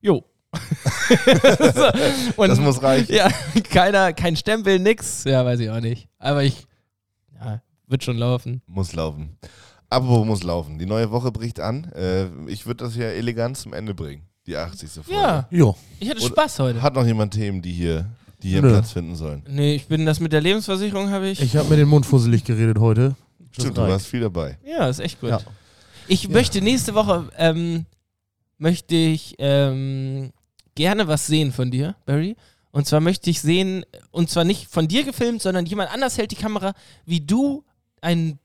Jo. so, und Das muss reichen. ja, keiner, kein Stempel, nix. Ja, weiß ich auch nicht. Aber ich, ja, wird schon laufen. Muss laufen. Apropos muss laufen. Die neue Woche bricht an. Äh, ich würde das ja elegant zum Ende bringen. Die 80. Folge. Ja, Jo. ich hatte Oder- Spaß heute. Hat noch jemand Themen, die hier, die hier Nö. Platz finden sollen? Nee, ich bin das mit der Lebensversicherung, habe ich. Ich habe mir den Mund fusselig geredet heute. Das Stimmt, du reicht. warst viel dabei. Ja, ist echt gut. Ja. Ich möchte nächste Woche, ähm, möchte ich ähm, gerne was sehen von dir, Barry. Und zwar möchte ich sehen, und zwar nicht von dir gefilmt, sondern jemand anders hält die Kamera, wie du einen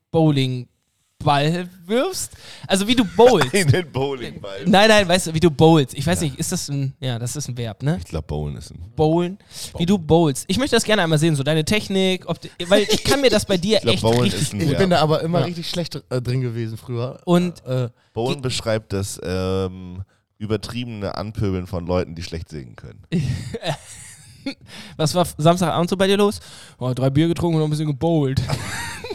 Bowlingball wirfst. Also wie du bowlst. In den Bowlingball. Nein, nein, weißt du, wie du bowlst. Ich weiß nicht, ist das ein, ja, das ist ein Verb, ne? Ich glaube, Bowlen ist ein. Bowlen. Wie du bowlst. Ich möchte das gerne einmal sehen, so deine Technik, ob, die- weil ich kann mir das bei dir Ich glaube, echt Bowlen richtig ist ein. Ich Verb. bin da aber immer Ja. richtig schlecht äh, drin gewesen früher. Und- äh, Bowlen beschreibt das ähm, übertriebene Anpöbeln von Leuten, die schlecht singen können. Was war Samstagabend so bei dir los? Oh, drei Bier getrunken und noch ein bisschen gebowlt.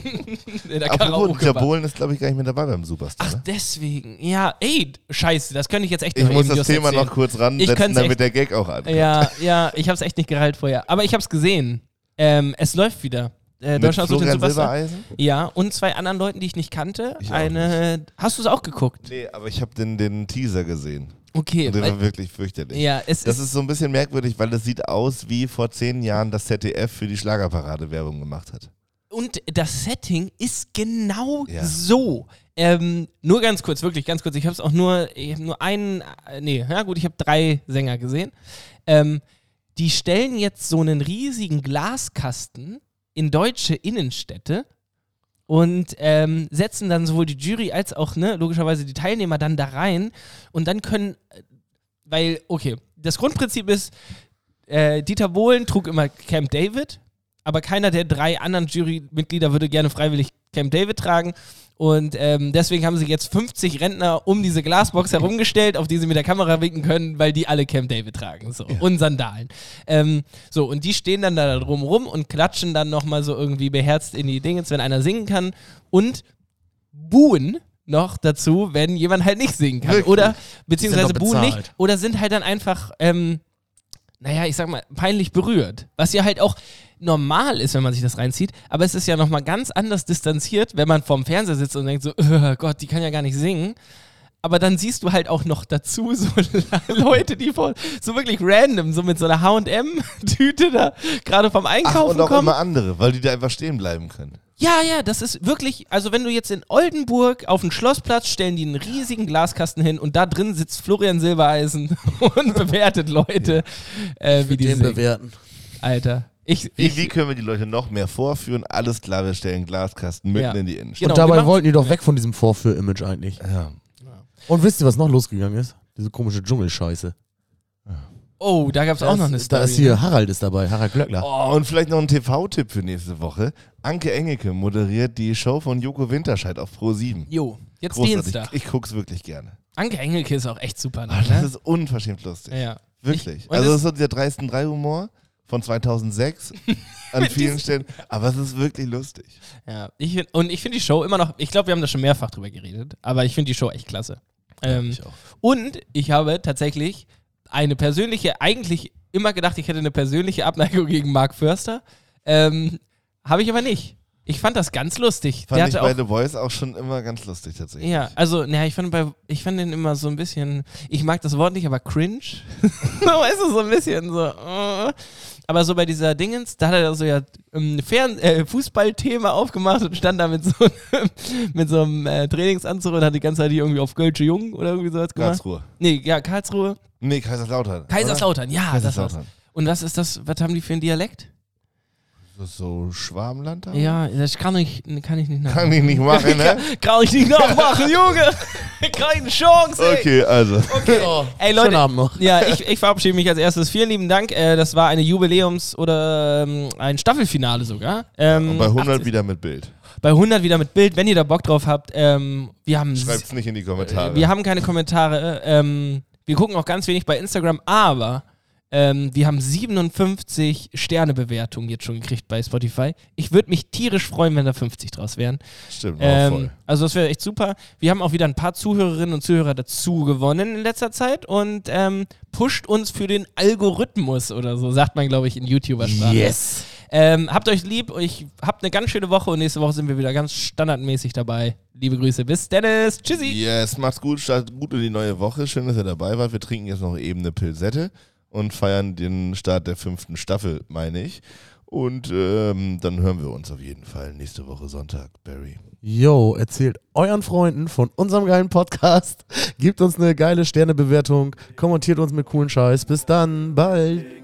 In der Apropos, der Karaoke-Bar. Bowlen ist, glaube ich, gar nicht mehr dabei beim Superstar. Ach, ne? deswegen. Ja, ey, scheiße, das könnte ich jetzt echt Ich noch muss eben das just Thema erzählen. noch kurz ransetzen, könnte damit echt- der Gag auch ankommt. Ja, ja, ich hab's echt nicht gerallt vorher. Aber ich hab's gesehen. Ähm, es läuft wieder. Äh, Mit Deutschland sucht den Florian Superstar. Silbereisen? Ja, und zwei anderen Leuten, die ich nicht kannte. Ich auch Eine. Hast du es auch geguckt? Nee, aber ich habe den, den Teaser gesehen. Okay. Und der Weil, war wirklich fürchterlich. ja, es Das ist. ist so ein bisschen merkwürdig, weil das sieht aus, wie vor zehn Jahren das ZDF für die Schlagerparade Werbung gemacht hat. Und das Setting ist genau Ja. so. Ähm, nur ganz kurz, wirklich ganz kurz. Ich habe es auch nur, ich hab nur einen, äh, nee, ja gut, ich habe drei Sänger gesehen. Ähm, die stellen jetzt so einen riesigen Glaskasten in deutsche Innenstädte und ähm, setzen dann sowohl die Jury als auch ne, logischerweise die Teilnehmer dann da rein und dann können, äh, weil, okay, das Grundprinzip ist, äh, Dieter Bohlen trug immer Camp David, aber keiner der drei anderen Jurymitglieder würde gerne freiwillig Camp David tragen. Und ähm, deswegen haben sie jetzt 50 Rentner um diese Glasbox herumgestellt, auf die sie mit der Kamera winken können, weil die alle Camp David tragen. So. Und Sandalen. Ähm, so, und die stehen dann da drum rum und klatschen dann nochmal so irgendwie beherzt in die Dinge, wenn einer singen kann. Und buhen noch dazu, wenn jemand halt nicht singen kann. Wirklich? Oder beziehungsweise doch buhen bezahlt. nicht. Oder sind halt dann einfach, ähm, naja, ich sag mal, peinlich berührt. Was ja halt auch, normal ist, wenn man sich das reinzieht, aber es ist ja nochmal ganz anders distanziert, wenn man vorm Fernseher sitzt und denkt so, oh Gott, die kann ja gar nicht singen. Aber dann siehst du halt auch noch dazu so Leute, die vor, so wirklich random, so mit so einer H&M-Tüte da gerade vom Ach, Einkaufen und auch kommen. immer andere, weil die da einfach stehen bleiben können. Ja, ja, das ist wirklich, also wenn du jetzt in Oldenburg auf den Schlossplatz stellen die einen riesigen Glaskasten hin und da drin sitzt Florian Silbereisen und bewertet Leute, äh, wie die Den singen. bewerten. Alter. Ich, Wie, ich, wie können wir die Leute noch mehr vorführen? Alles klar, wir stellen Glaskasten mitten Ja. in die Innenstadt. Genau, und dabei genau. wollten die doch weg von diesem Vorführ-Image eigentlich. Ja. Und wisst ihr, was noch losgegangen ist? Diese komische Dschungelscheiße. oh, da gab's auch noch eine Story. ne? Da ist hier, Harald ist dabei, Harald Glöckler. Oh, und vielleicht noch ein TV-Tipp für nächste Woche. Anke Engelke moderiert die Show von Joko Winterscheid auf Pro7. Jo, jetzt Großartig. Dienstag. Ich guck's wirklich gerne. Anke Engelke ist auch echt super, Ah, Das ne? ist unverschämt lustig. Ja, ja. Wirklich. Ich- und also es es- ist so dieser dreisten drei humor von 2006 an vielen Stellen. Aber es ist wirklich lustig. ja. Ich, find- und ich finde die Show immer noch, ich glaube, wir haben da schon mehrfach drüber geredet, aber ich finde die Show echt klasse. Ähm, auch. Und ich habe tatsächlich eine persönliche, eigentlich immer gedacht, ich hätte eine persönliche Abneigung gegen Mark Förster. Ähm, habe ich aber nicht. Ich fand das ganz lustig. Fand Der ich hatte bei auch, The Voice auch schon immer ganz lustig tatsächlich. ja, also, naja, ich fand, bei, ich fand den immer so ein bisschen, ich mag das Wort nicht, aber cringe. so, weißt du, so ein bisschen so. äh. Aber so bei dieser Dingens, da hat er so ja ein Fern äh, Fußballthema aufgemacht und stand da mit so, einem- mit so einem äh, Trainingsanzug und hat die ganze Zeit hier irgendwie auf Gölsche Jung oder irgendwie sowas gemacht. Karlsruhe. Nee, ja, Karlsruhe. Nee, Kaiserslautern. Kaiserslautern, ja, oder? das war's. Kaiserslautern. Und was ist das, was haben die für einen Dialekt? Das ist so Schwabenland da? Ja, das kann ich, kann ich nicht nachmachen. Ah. Kann ich nicht machen, ne? Kann ich nicht nachmachen, Junge! Keine Chance! ey. Okay, also. Ey, Schönen Leute, Abend noch. ja, ich, ich verabschiede mich als erstes. Vielen lieben Dank. Äh, das war eine Jubiläums- oder ähm, ein Staffelfinale sogar. Ähm, Und bei 100 80 wieder mit Bild. bei 100 wieder mit Bild, wenn ihr da Bock drauf habt. Ähm, wir haben Schreibt's nicht in die Kommentare. Wir haben keine Kommentare. Ähm, wir gucken auch ganz wenig bei Instagram, aber ähm, wir haben 57 Sterne-Bewertungen jetzt schon gekriegt bei Spotify. Ich würde mich tierisch freuen, wenn da 50 draus wären. Stimmt, war Ähm, Oh, voll. also das wäre echt super. Wir haben auch wieder ein paar Zuhörerinnen und Zuhörer dazu gewonnen in letzter Zeit und ähm, pusht uns für den Algorithmus oder so, sagt man, glaube ich, in YouTuber-Sprache. Yes. Ähm, habt euch lieb, ich habt eine ganz schöne Woche und nächste Woche sind wir wieder ganz standardmäßig dabei. Liebe Grüße, bis Dennis. Tschüssi. Yes, macht's gut, startet gut in die neue Woche. Schön, dass ihr dabei wart. Wir trinken jetzt noch eben eine Pilsette und feiern den Start der fünften Staffel, meine ich. Und ähm, dann hören wir uns auf jeden Fall nächste Woche Sonntag, Barry. Yo, erzählt euren Freunden von unserem geilen Podcast. Gebt uns eine geile Sternebewertung. Kommentiert uns mit coolen Scheiß. Bis dann. Bald.